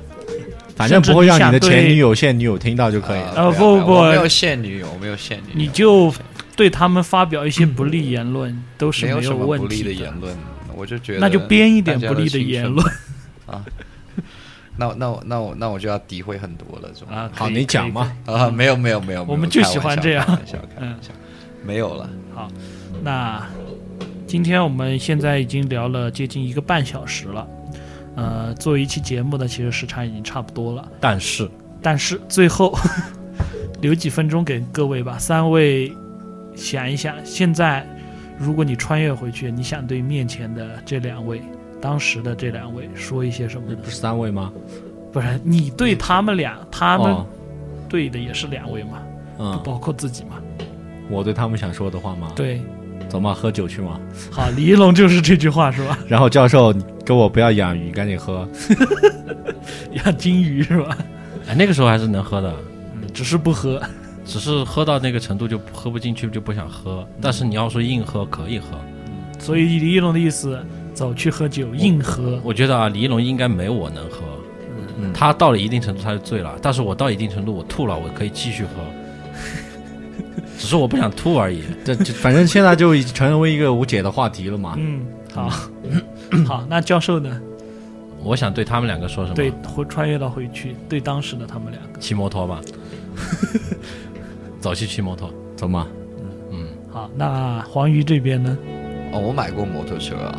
反正不会让你的甚至你想前对女友、现女友听到就可以了。呃啊不要不要我没有现女友，我没有现女友，你就对他们发表一些不利言论都是没有什么问不利题的言论，我就觉得那就编一点大家不利的的青言春论。 那那我那我那我就要诋毁很多了，是吧？啊。好，可以你讲嘛。。啊，没有没有没有，没有我们就喜欢这样开玩笑，开玩笑开玩笑，没有了。可以好，那今天我们现在已经聊了接近一个半小时了，呃，作为一期节目呢，其实时长已经差不多了。但是但是最后 留几分钟给各位吧，三位想一想，现在如果你穿越回去，你想对面前的这两位、当时的这两位说一些什么呢？不是三位吗？不然你对他们俩，他们哦，对的也是两位嘛，嗯，包括自己嘛。我对他们想说的话吗？，对，走嘛，喝酒去嘛。好，李一龙就是这句话是 吧？然后教授，你跟我不要养鱼，赶紧喝。养金鱼是吧？哎，那个时候还是能喝的，嗯，只是不喝。只是喝到那个程度就喝不进去，就不想喝。但是你要说硬喝可以喝，所以李一龙的意思，走去喝酒，硬喝。我觉得啊，李一龙应该没我能喝。他到了一定程度他就醉了，但是我到一定程度我吐了，我可以继续喝，只是我不想吐而已。这这，反正现在就已经成为一个无解的话题了嘛。嗯，好，嗯好，那教授呢？我想对他们两个说什么？对，回穿越到回去，对当时的他们两个。骑摩托吧，早期骑摩托。走嘛，好，那黄鱼这边呢？哦，我买过摩托车啊，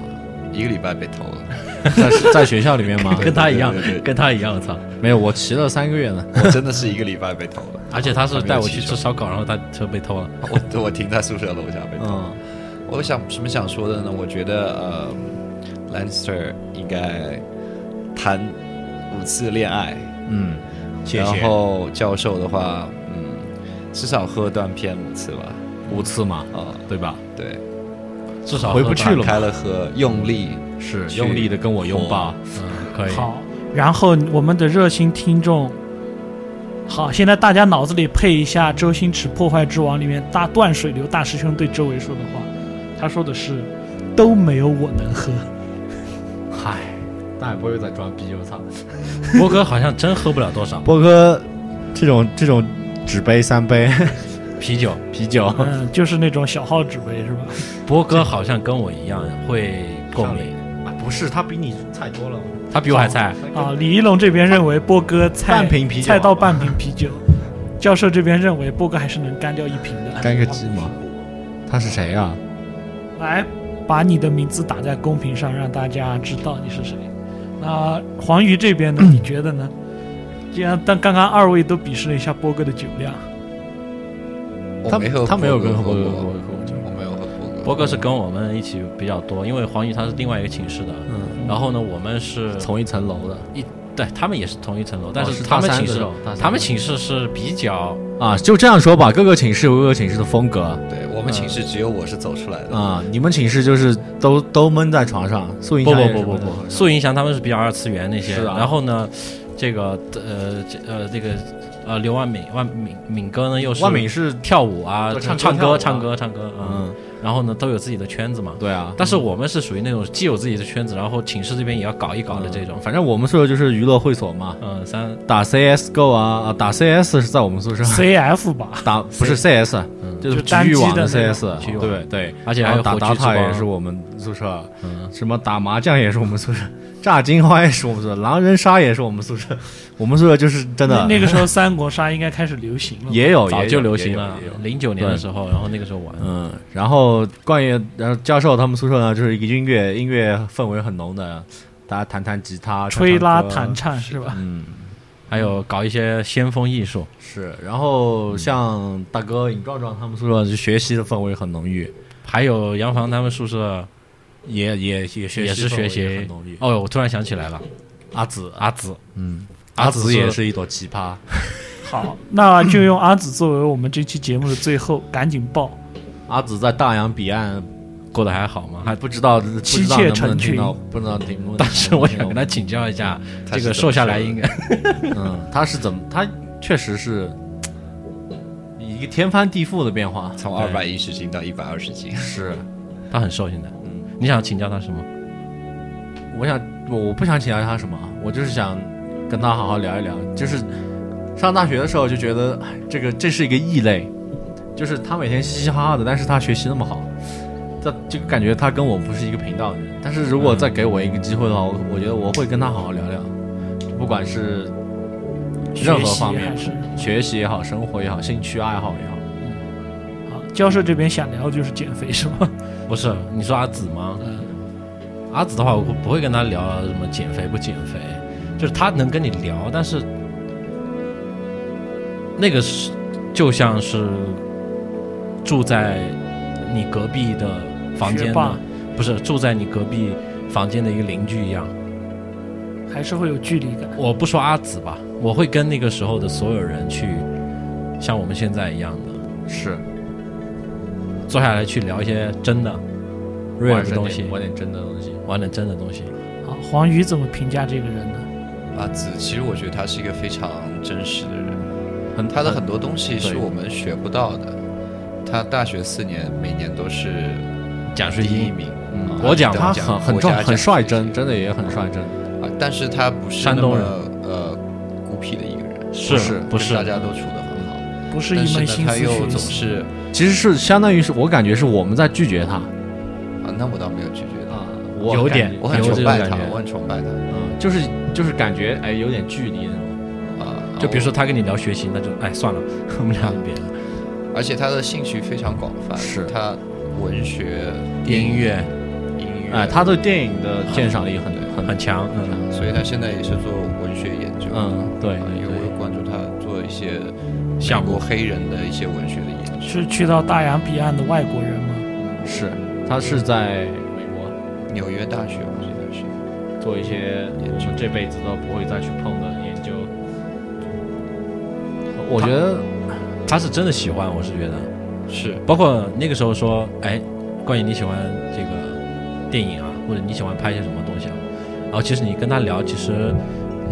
一个礼拜被偷了。在在学校里面吗？跟他一样对对对，对跟他一样，操！，没有，我骑了三个月呢。我真的是一个礼拜被偷了而且他是还没有带我骑去手吃烧烤，然后他车被偷了。我我停在宿舍楼下被偷。嗯，我想什么想说的呢？我觉得呃，Lannister 应该谈五次恋爱，嗯，谢然谢。后教授的话，嗯，至少喝断片五次吧。五次嘛，啊、对吧？对，至少回不喝去大了嘛开了喝，用力，是去用力的跟我拥抱。嗯，可以。好，然后我们的热心听众，好，现在大家脑子里配一下周星驰《破坏之王》里面大断水流大师兄对周围说的话，他说的是都没有我能 喝。嗨，大不又在装逼，我操！波哥好像真喝不了多少波哥，这种这种纸杯三杯啤酒。 啤酒，啊嗯，就是那种小号纸杯是吧？波哥好像跟我一样会共鸣，啊不是他比你菜多了。他比我还菜。啊，李一龙这边认为波哥菜半瓶啤酒啊菜到半瓶啤酒，教授这边认为波哥还是能干掉一瓶的。干个鸡毛！他是谁啊？来，把你的名字打在公屏上，让大家知道你是谁。那黄鱼这边呢？嗯你觉得呢？既然但刚刚二位都鄙视了一下波哥的酒 量，我他没喝，他没有跟喝波哥过，过酒。我没有喝过。波哥是跟我们一起比较多，因为黄宇他是另外一个寝室的，嗯，然后呢，我们是同一层楼的对他们也是同一层楼，但是他们大三寝的室时候大三的时候他们寝室是比较啊，就这样说吧，各个寝室有各个寝室的风格对我们寝室只有我是走出来嗯的，啊。你们寝室就是都都闷在床上，宿营不下不也是不不闷在不床，上素云翔他们是比较二次元那些。是啊然后呢，这个呃这呃这个呃刘万敏万敏敏哥呢又是万敏是跳舞啊，就唱唱歌歌跳舞啊唱歌唱歌啊，嗯，然后呢都有自己的圈子嘛。对啊，但是我们是属于那种既有自己的圈子，然后寝室这边也要搞一搞的这种。反正我们宿舍就是娱乐会所 嘛，嗯，三打 CS:GO 啊，啊打 CS 是在我们宿舍 CF 吧， 打不是 CS，就是嗯就单局域机网的那种 CS，局域网对对，而且还然后有打火炬打之塔光也是我们宿舍，嗯什么打麻将也是我们宿舍， 炸金花也是我们宿舍， 狼人杀也是我们宿舍， 我们宿舍就是真的那那个时候三国杀应该开始流行了。也有早也就有流也行有了也有，零九年的时候，然后那个时候玩。嗯，然后关于然后教授他们宿舍呢，就是一个音乐音乐氛围很浓的，大家弹弹吉 他，唱吹唱拉歌弹，唱是吧？嗯。还有搞一些先锋艺术，是，然后像大哥尹壮壮他们宿舍就学习的氛围很浓郁，还有杨防他们宿舍也也也学也是氛围学也很习浓郁。。哦，我突然想起来了，阿紫，阿紫，嗯，阿阿紫紫是也是一朵奇葩。好，那就用阿紫作为我们这期节目的最后，赶紧报。阿紫在大洋彼岸，过得还好吗？还嗯还不知道不妻知道妾能不成能听群到，不知道听不。 当时我想跟他请教一下，嗯他这是个怎么瘦下来说的应该嗯，他是怎么？他确实是一个天翻地覆的变化， 从二百一十斤到一百二十斤，是。他很瘦现在。嗯你想请教他什么？我想，我我不想请教他什么，我就是想跟他好好聊一聊。就是上大学的时候就觉得，哎，这个这是一个异类，就是他每天嘻嘻哈哈的，但是他学习那么好，这就感觉他跟我不是一个频道的人。但是如嗯果再给我一个机会的话，我我觉得我会跟他好好聊聊，不管是嗯任何学习方面还是学习也好，生活也好，兴趣爱好也好，好，教授这边想聊就是减肥是吗？不是你说阿紫吗？嗯，阿紫的话，我不会跟他聊什么减肥不减肥，就是他能跟你聊，但是那个是就像是住在你隔壁的房间学霸的，不是住在你隔壁房间的一个邻居一样。 还是会有距离感。我不说阿紫吧，我会跟那个时候的所有人去，像我们现在一样的是坐下来去聊一些真的、real 玩的东西，玩点真的东西。玩点真的东西。好，黄宇怎么评价这个人呢？阿紫，其实我觉得他是一个非常真实的人，很他的很多东西是对我们学不到的。他大学四年，每年都是贾第水一英，名。嗯啊我讲他当讲很很国家壮很奖率这些真，真的也很率真。啊，但是他不是山那东么人呃孤僻的一个人，是是不跟是大？家都处得很好，不是但一是门呢心，他思又学总习。是其实是相当于是我感觉是我们在拒绝他啊，那我倒没有拒绝他，啊，我有感点觉我很有这崇种拜感他觉，我很崇拜他嗯，就是就是感觉哎有点距离那种。啊。就比如说我，他跟你聊学习，那就哎算了，我们聊别的。而且他的兴趣非常广泛，是他文学、音乐，音音乐，哎，他对电影的鉴赏力很很很强，嗯所以他现在也是做文学研究，嗯，对啊，因对对为我有关注他做一些项目美国黑人的一些文学的研究，是去到大洋彼岸的外国人吗？是，他是在美国纽约大学我记得是，做一些我们这辈子都不会再去碰的研究。我觉得他是真的喜欢，我是觉得，是包括那个时候说，哎，关于你喜欢这个电影啊，或者你喜欢拍些什么东西啊，然后其实你跟他聊，其实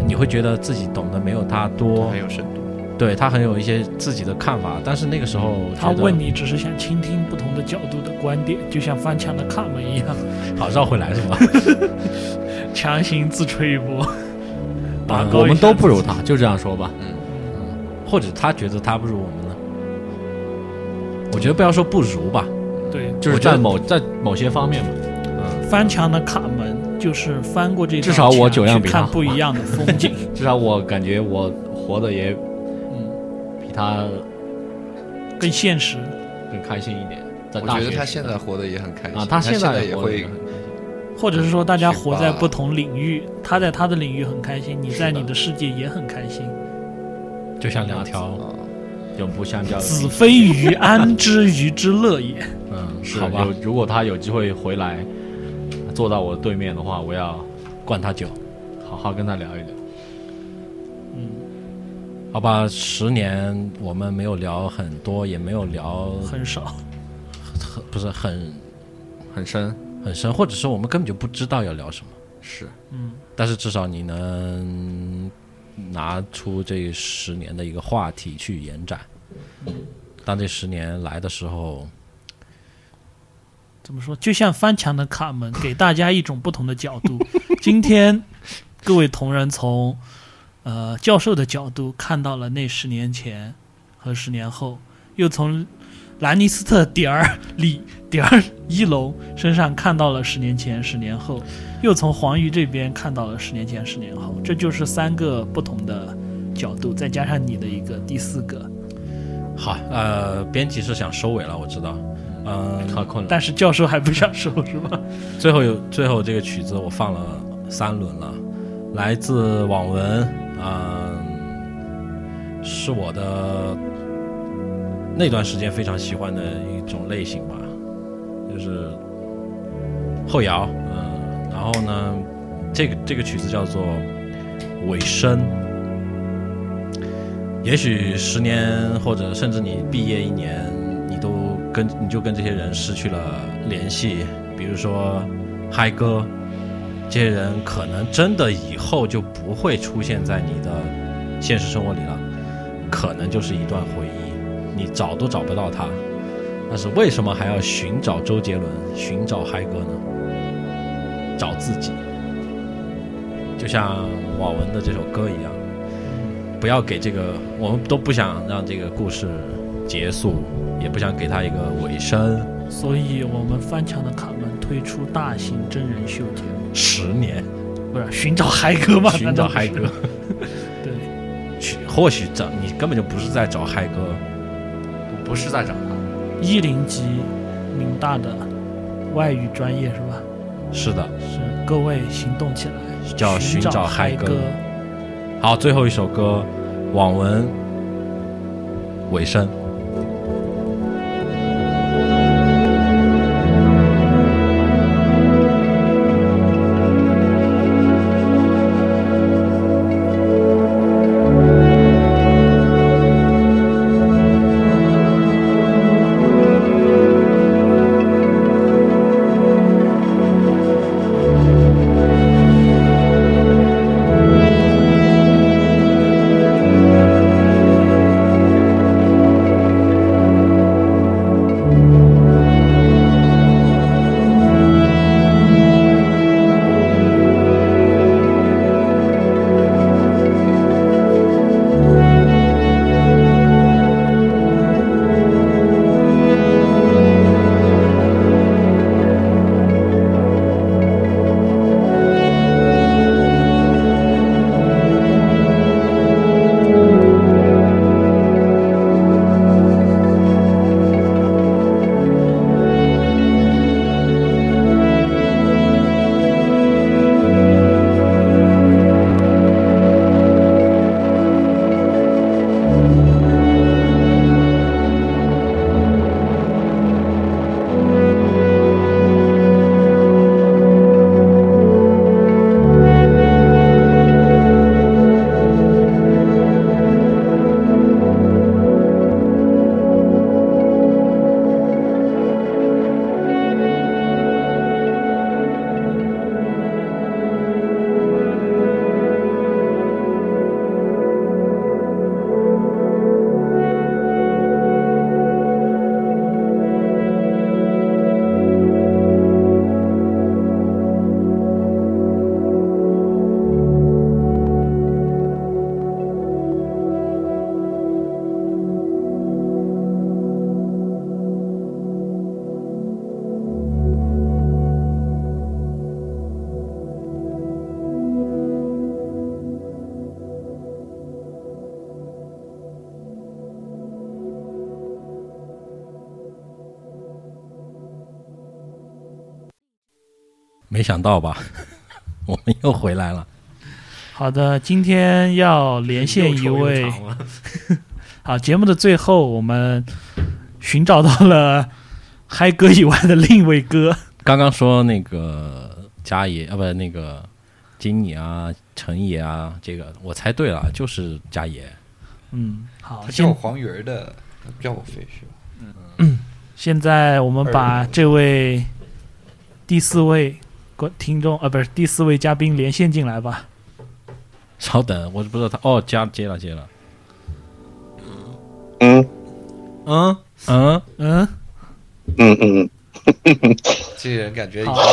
你会觉得自己懂得没有他多很，有深度，对他很有一些自己的看法，但是那个时候他觉得问你只是想倾听不同的角度的观点，就像翻墙的卡门一样，好绕回来是吧？强行自吹一波， 拔啊高我一们下都自不如己他，就这样说吧。或者他觉得他不如我们呢？我觉得不要说不如吧，对，就是我觉在得某在某些方面嘛，翻墙的卡门就是翻过这道至少我墙酒量去比他看好不一样的风 景。至少我感觉我活得也嗯比他更现实。更开心一点。在我大觉学得他时现代在活得也很开心，啊，他现在也活得会很开心或者是说，大家活在去吧不同领域，他在他的领域很开心，你在是的你的世界也很开心。就像两条，啊永不相交的子非鱼，安知鱼之乐也？嗯，是好吧有，如果他有机会回来坐到我对面的话，我要灌他酒，好好跟他聊一聊。好吧，十年我们没有聊很多，也没有聊很少，很不是很很深，很深，或者说我们根本就不知道要聊什么。是嗯但是至少你能拿出这十年的一个话题去延展。当这十年来的时候，怎么说？就像翻墙的卡门，给大家一种不同的角度。今天，各位同仁从呃教授的角度看到了那十年前和十年后，又从兰尼斯特点儿里点儿一龙身上看到了十年前、十年后，又从黄鱼这边看到了十年前、十年后。这就是三个不同的角度，再加上你的一个第四个。好，呃，编辑是想收尾了，我知道，嗯、他困了。但是教授还不想说，是吧？最后有最后这个曲子我放了三轮了，来自网文，嗯、是我的那段时间非常喜欢的一种类型吧，就是后摇，嗯，然后呢，这个这个曲子叫做尾声。也许十年或者甚至你毕业一年，你都跟你就跟这些人失去了联系，比如说嗨哥，这些人可能真的以后就不会出现在你的现实生活里了，可能就是一段回忆，你找都找不到他。但是为什么还要寻找周杰伦，寻找嗨哥呢？找自己，就像网文的这首歌一样。不要给这个，我们都不想让这个故事结束，也不想给它一个尾声。所以我们翻墙的卡门推出大型真人秀节目，十年，不是寻找嗨哥吗？ 寻找嗨 哥，对，去或许找你根本就不是在找嗨哥，不是在找他，一零级民大的外语专业是吧？是的。是，各位行动起来，叫寻寻找嗨嗨哥好，最后一首歌，网文尾声。我没想到吧， 我们又回来了。好的，今天要连线一位。好，节目的最后，我们寻找到了嗨哥以外的另一位哥。刚刚说那个家爷啊，不，那个经理啊，陈爷啊，这个我猜对了，就是家爷。嗯，好，他叫我现黄鱼儿的，他不叫我飞雪。现在我们把这位第四位观听众啊，不是第四位嘉宾连线进来吧。稍等，我不知道他哦，加接了接了。嗯嗯嗯，嗯，嗯嗯，这人感觉已经躺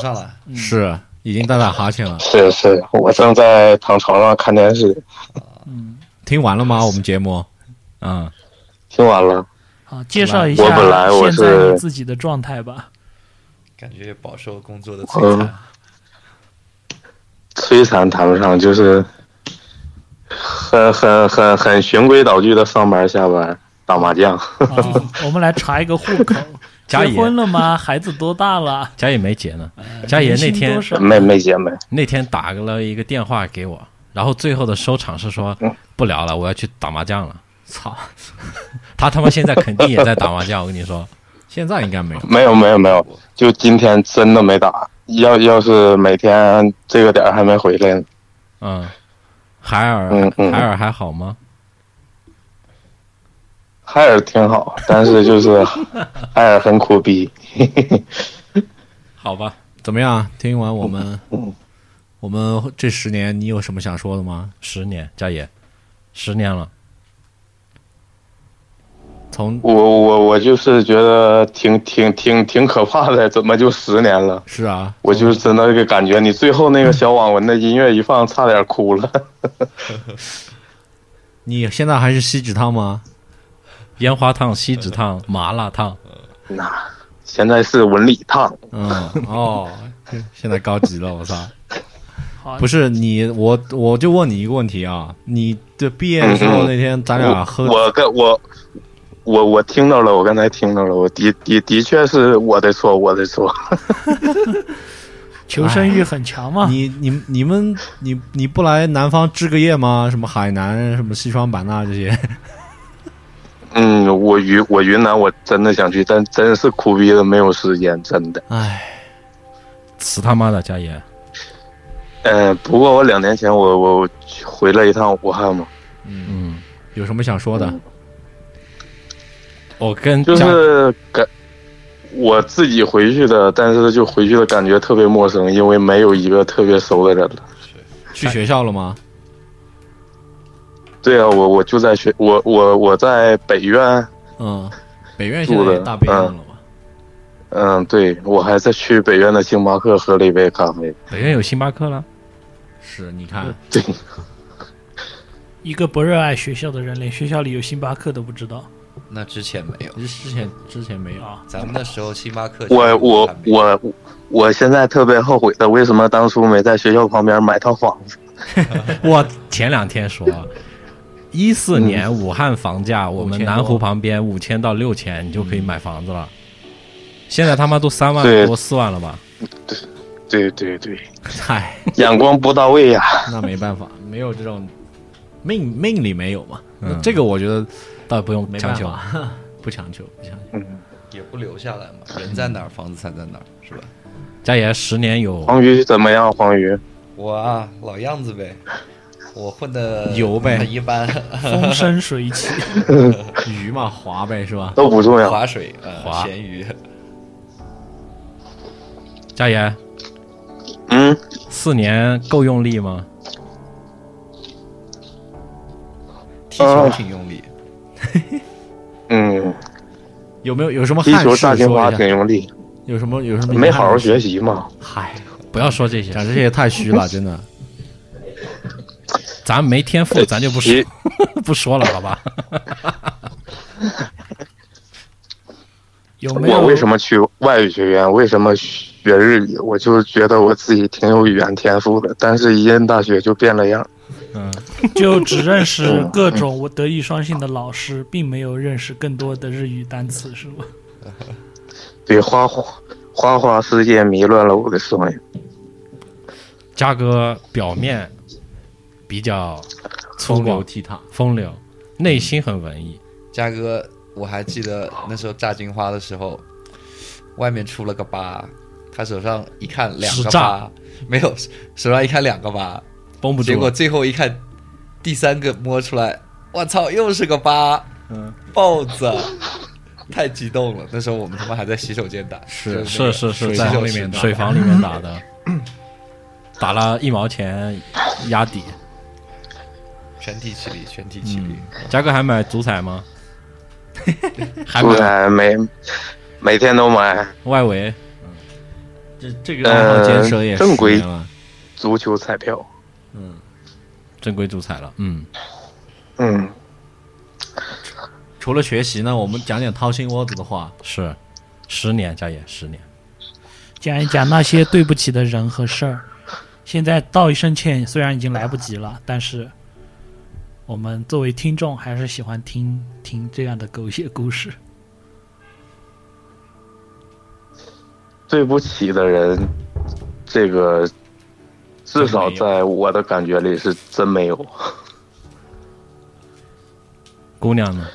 床上了，是已经打打哈欠了。是是，我正在躺床上看电视，听完了吗？我们节目啊、听完了。好，介绍一我下本来我现在你是自己的状态吧。感觉饱受工作的呃摧残。嗯摧残谈不上，就是很很很很循规蹈矩的上班下班打麻将。 好，我们来查一个户 口，结家爷婚了吗？ 孩子多大了？家爷没结呢。啊家爷年那薪天多少没没姐妹，那天打了一个电话给我，然后最后的收场是说嗯不聊了，我要去打麻将了。 操，他他妈现在肯定也在打麻将，我跟你说， 现在应该没有。没有没有没有，就今天真的没打。要要是每天这个点儿还没回来呢，嗯，海尔嗯嗯海尔还好吗？海尔挺好，但是就是 海尔很苦逼。好吧，怎么样？听完我们，嗯我们这十年你有什么想说的吗？十年，家爷，十年了，从我我我就是觉得挺挺挺挺可怕的，怎么就十年了？是啊，我就是真的个感觉，你最后那个小网文的音乐一放，差点哭了。你现在还是锡纸烫吗？烟花烫、锡纸烫、麻辣烫，那现在是文理烫，嗯，哦， 现在高级了，我操！好不是你，我我就问你一个问题啊，你的毕业的时嗯候那天咱俩啊喝，我跟我我我听到了，我刚才听到了，我的的的确是我的错，我的错。求生欲很强啊嘛。哎你你你们你你不来南方支个夜吗？什么海南、什么西双版纳这些？嗯，我云我云南我真的想去，但真是苦逼的没有时间，真的。唉，死他妈的家爷，嗯、不过我两年前我我回了一趟武汉嘛，嗯，有什么想说嗯的？我跟就家是感我自己回去的，但是就回去的感觉特别陌生，因为没有一个特别熟的人了。去学校了吗？对啊，我我就在学，我我我在北院，嗯，北院现在也大北院了嘛？嗯，对我还在去北院的星巴克喝了一杯咖啡。北院有星巴克了，是，你看，对，一个不热爱学校的人，连学校里有星巴克都不知 道那之前没有，之之前之前没有，啊！咱们那时候星巴克我我还没有我我现在特别后悔的，为什么当初没在学校旁边买套房子？我前两天说，一四年武汉房价，我们5000南湖旁边五千到六千，你就可以买房子了。现在他妈都三万对多四万了吧？对对对，唉，眼光不 到位呀、那没办法，没有这种命命里没有嘛。那嗯这个我觉得倒不用没强办求，法， 不强求，不强求。也不留下来嘛，人在哪儿，房子才在哪儿，是吧？家爷十年有黄鱼怎么样？黄鱼，我啊，老样子呗，我混的油呗很一般，风生水起， 鱼嘛，滑呗，是吧？都不重要。划水，呃，划咸 鱼，家爷嗯，四年够用力吗？踢球挺用力。嗯，有没有有什么踢憾球事大说金花一挺下？用力，有什么有什么没好好憾事学？习嘛。嗨，不要说这些，讲这些也太虚了，真的。 咱没天赋，咱就不说其 不说了，好吧？有没有？我为什么去外语学院？为什么学日语？我就觉得我自己挺有语言天赋的，但是一进大学就变了样。嗯， 就只认识各种我德艺双馨的老师，并没有认识更多的日语单词，是吗？对，花花花花世界迷乱了我的双眼。嘉哥表面比较粗风流倜犷傥，风流，内心很文艺。嘉哥，我还记得那时候炸金花的时候，外面出了个疤，他手上一看两是个炸疤，没有手上一看两个疤，绷不住结了，果最后一看第三个摸出来，我操，又是个疤，嗯豹子。啊太激动了，那时候我们他妈还在洗手间打，是就是那是个是是洗在手里池面打水房里面打的，打了一毛钱压底。全体起立，全体起立。嘉哥还买足彩 吗？还不买然每每天都买 外围？这这个爱好坚守也呃十正规年了，足球彩票。正规足彩了，嗯，嗯，除了学习呢，我们讲讲掏心窝子的话。是十年，家业十年，讲一讲那些对不起的人和事儿。现在道一声歉，虽然已经来不及了，但是我们作为听众还是喜欢听听这样的狗血故事。对不起的人，这个至少在我的感觉里是真没有。姑娘呢？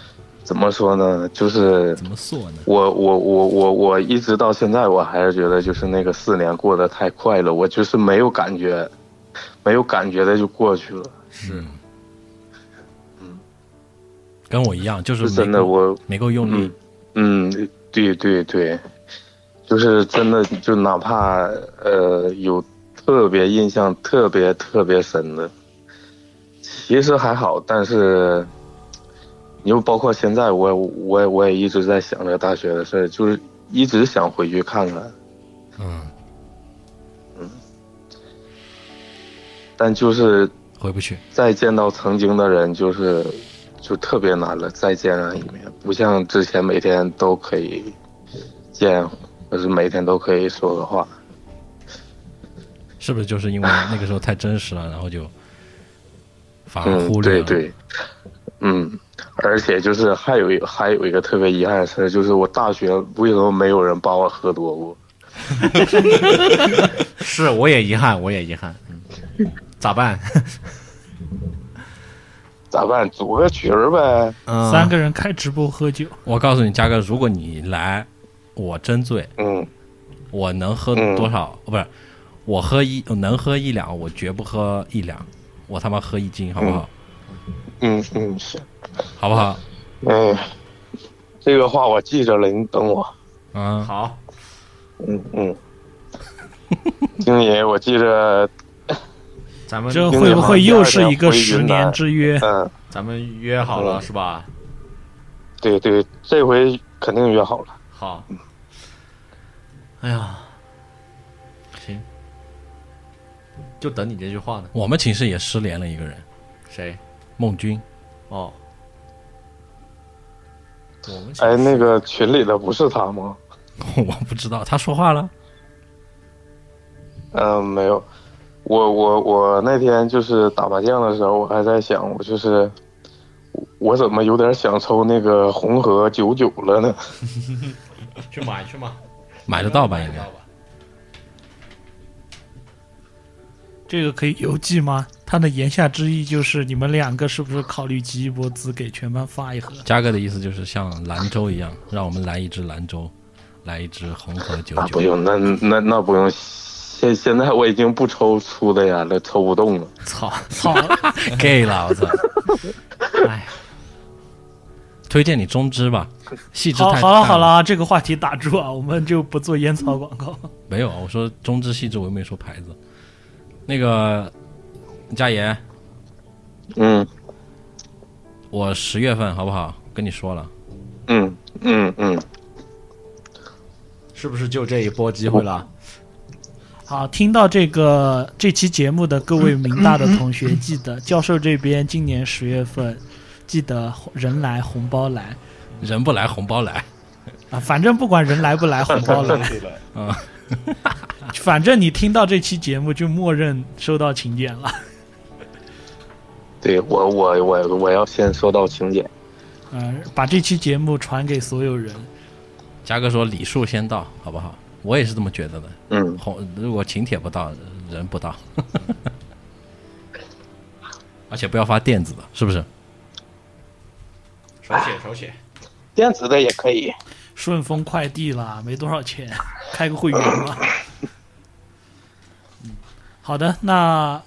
怎么说呢？就是怎么做呢？我我我我我一直到现在，我还是觉得就是那个四年过得太快了，我就是没有感觉，没有感觉的就过去了。是跟我一样，就是是没真的，够我没够用力，嗯，对对对，就是真的，就哪怕呃有特别印象特别特别深的，其实还好，但是你就包括现在我，我我也一直在想着大学的事儿，就是一直想回去看看，嗯，但就是回不去。再见到曾经的人，就是就特别难了，再见啊上一面，不像之前每天都可以见，或是每天都可以说个话。是不是就是因为那个时候太真实了，然后就反而嗯，啊忽略对了？对，嗯，而且就是还有一还有一个特别遗憾的事儿，就是我大学为什么没有人帮我喝多过？是，我也遗憾，我也遗憾。嗯，咋办？咋办？组个群儿呗。嗯三个人开直播喝酒， 我告诉你，嘉哥，如果你来，我真醉，嗯我能喝嗯多少？哦不是，我喝一我能喝一两，我绝不喝一两，我他妈喝一斤，好不好？嗯嗯，行，好不好？嗯，这个话我记着了，你等我。嗯，好，嗯嗯， 经理，我记着，咱们这会不会又是一个十年之约？嗯，咱们约好了是吧？对对，这回肯定约好了。好。哎呀，行，就等你这句话呢。我们寝室也失联了一个人，谁？孟军，哦，我们哎，那个群里的不是他吗？ 我不知道他说话了，嗯，没有，我我我那天就是打麻将的时候，我还在想，我就是我我怎么有点想抽那个红河九九了呢？去买去买，买得到吧？应该吧。这个可以邮寄吗？他的言下之意就是你们两个是不是考虑集一波资给全班发一盒？嘉哥的意思就是像兰州一样，让我们来一支兰州，来一支红河九那啊不九，用，那那那不用，现现在我已经不抽粗的烟了，抽不动了。操！操， gay 了，我操！哎，推荐你中支吧，细致好，太好了淡好了，啊，这个话题打住啊，我们就不做烟草广告。没有，我说中支细致，我又没说牌子。那个佳妍，嗯我十月份好不好？跟你说了，嗯嗯嗯，是不是就这一波机会了？好，听到这个这期节目的各位明大的同学，记得教授这边今年十月份，记得人来红包来人不来红包来，啊，反正不管人来不来，红包来，反正你听到这期节目就默认收到请柬了。对我我我我要先收到请柬。啊嗯、把这期节目传给所有人。嘉哥说礼数先到，好不好？我也是这么觉得的。嗯，红如果请帖不到，人不到， 而且不要发电子的，是不是？手写手写，电子的也可以。顺丰快递啦，没多少钱， 开个会员 吧。嗯，好的，那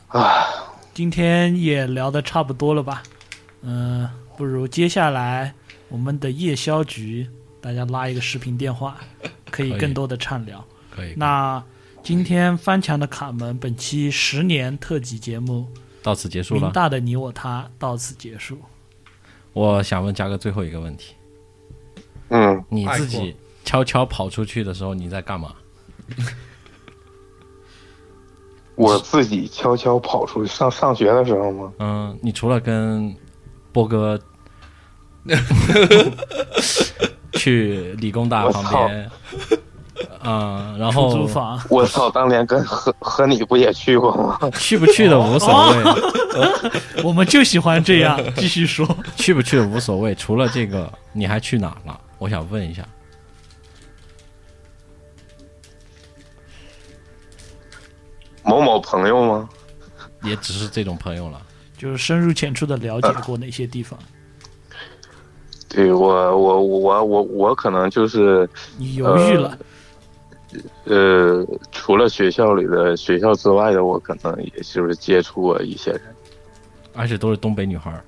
今天也聊的差不多了吧？嗯、不如接下来我们的夜宵局，大家拉一个视频电 话，可以可以更多的畅聊。可以。那今天翻墙的卡门本期十年特辑节目到此结《束明了。大的你我他》到此结束。我想问嘉哥最后一个问题：嗯，你自己悄悄跑出去的时候，你在干嘛？我自己悄悄跑出去上上学的时候吗？嗯，你除了跟波哥 去理工大旁边，嗯，然出后租房，我操，当年跟和和你不也去过吗？去不去的无所哦谓，我们就喜欢这样。继续说， 去不去的无所谓。除了这个，你还去哪儿了？我想问一下。某某朋友吗？也只是这种朋友了。就是深入浅出的了解过哪些地方。对我，我我我我可能就是你犹豫了，呃，除了学校里的学校之外的，我可能也就是接触过一些人，而且都是东北女孩儿，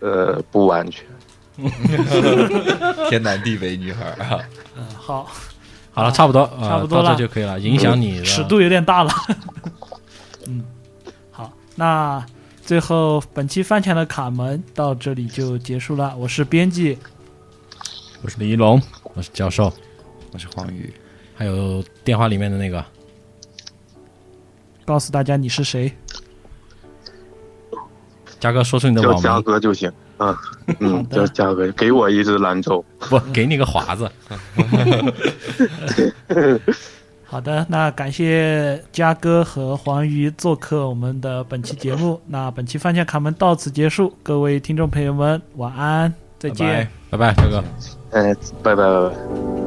呃，不完全。嗯天南地北女孩儿啊，嗯，好，好了，差不多，呃啊差不多了到这就可以了。影响你的尺度有点大了。 嗯，好，那最后本期翻墙的卡门到这里就结束了。我是编辑，我是李一龙，我是教授，我是黄宇，还有电话里面的那个，告诉大家你是谁。嘉哥说出你的叫网嘉名，哥就行。嗯嗯，叫嘉哥，给我一只兰州。不给你个华子。好的，那感谢嘉哥和黄鱼做客我们的本期节目。那本期翻墙卡门到此结束，各位听众朋友们，晚安，再见。拜拜，拜拜，嘉哥。哎，拜拜拜拜。拜拜。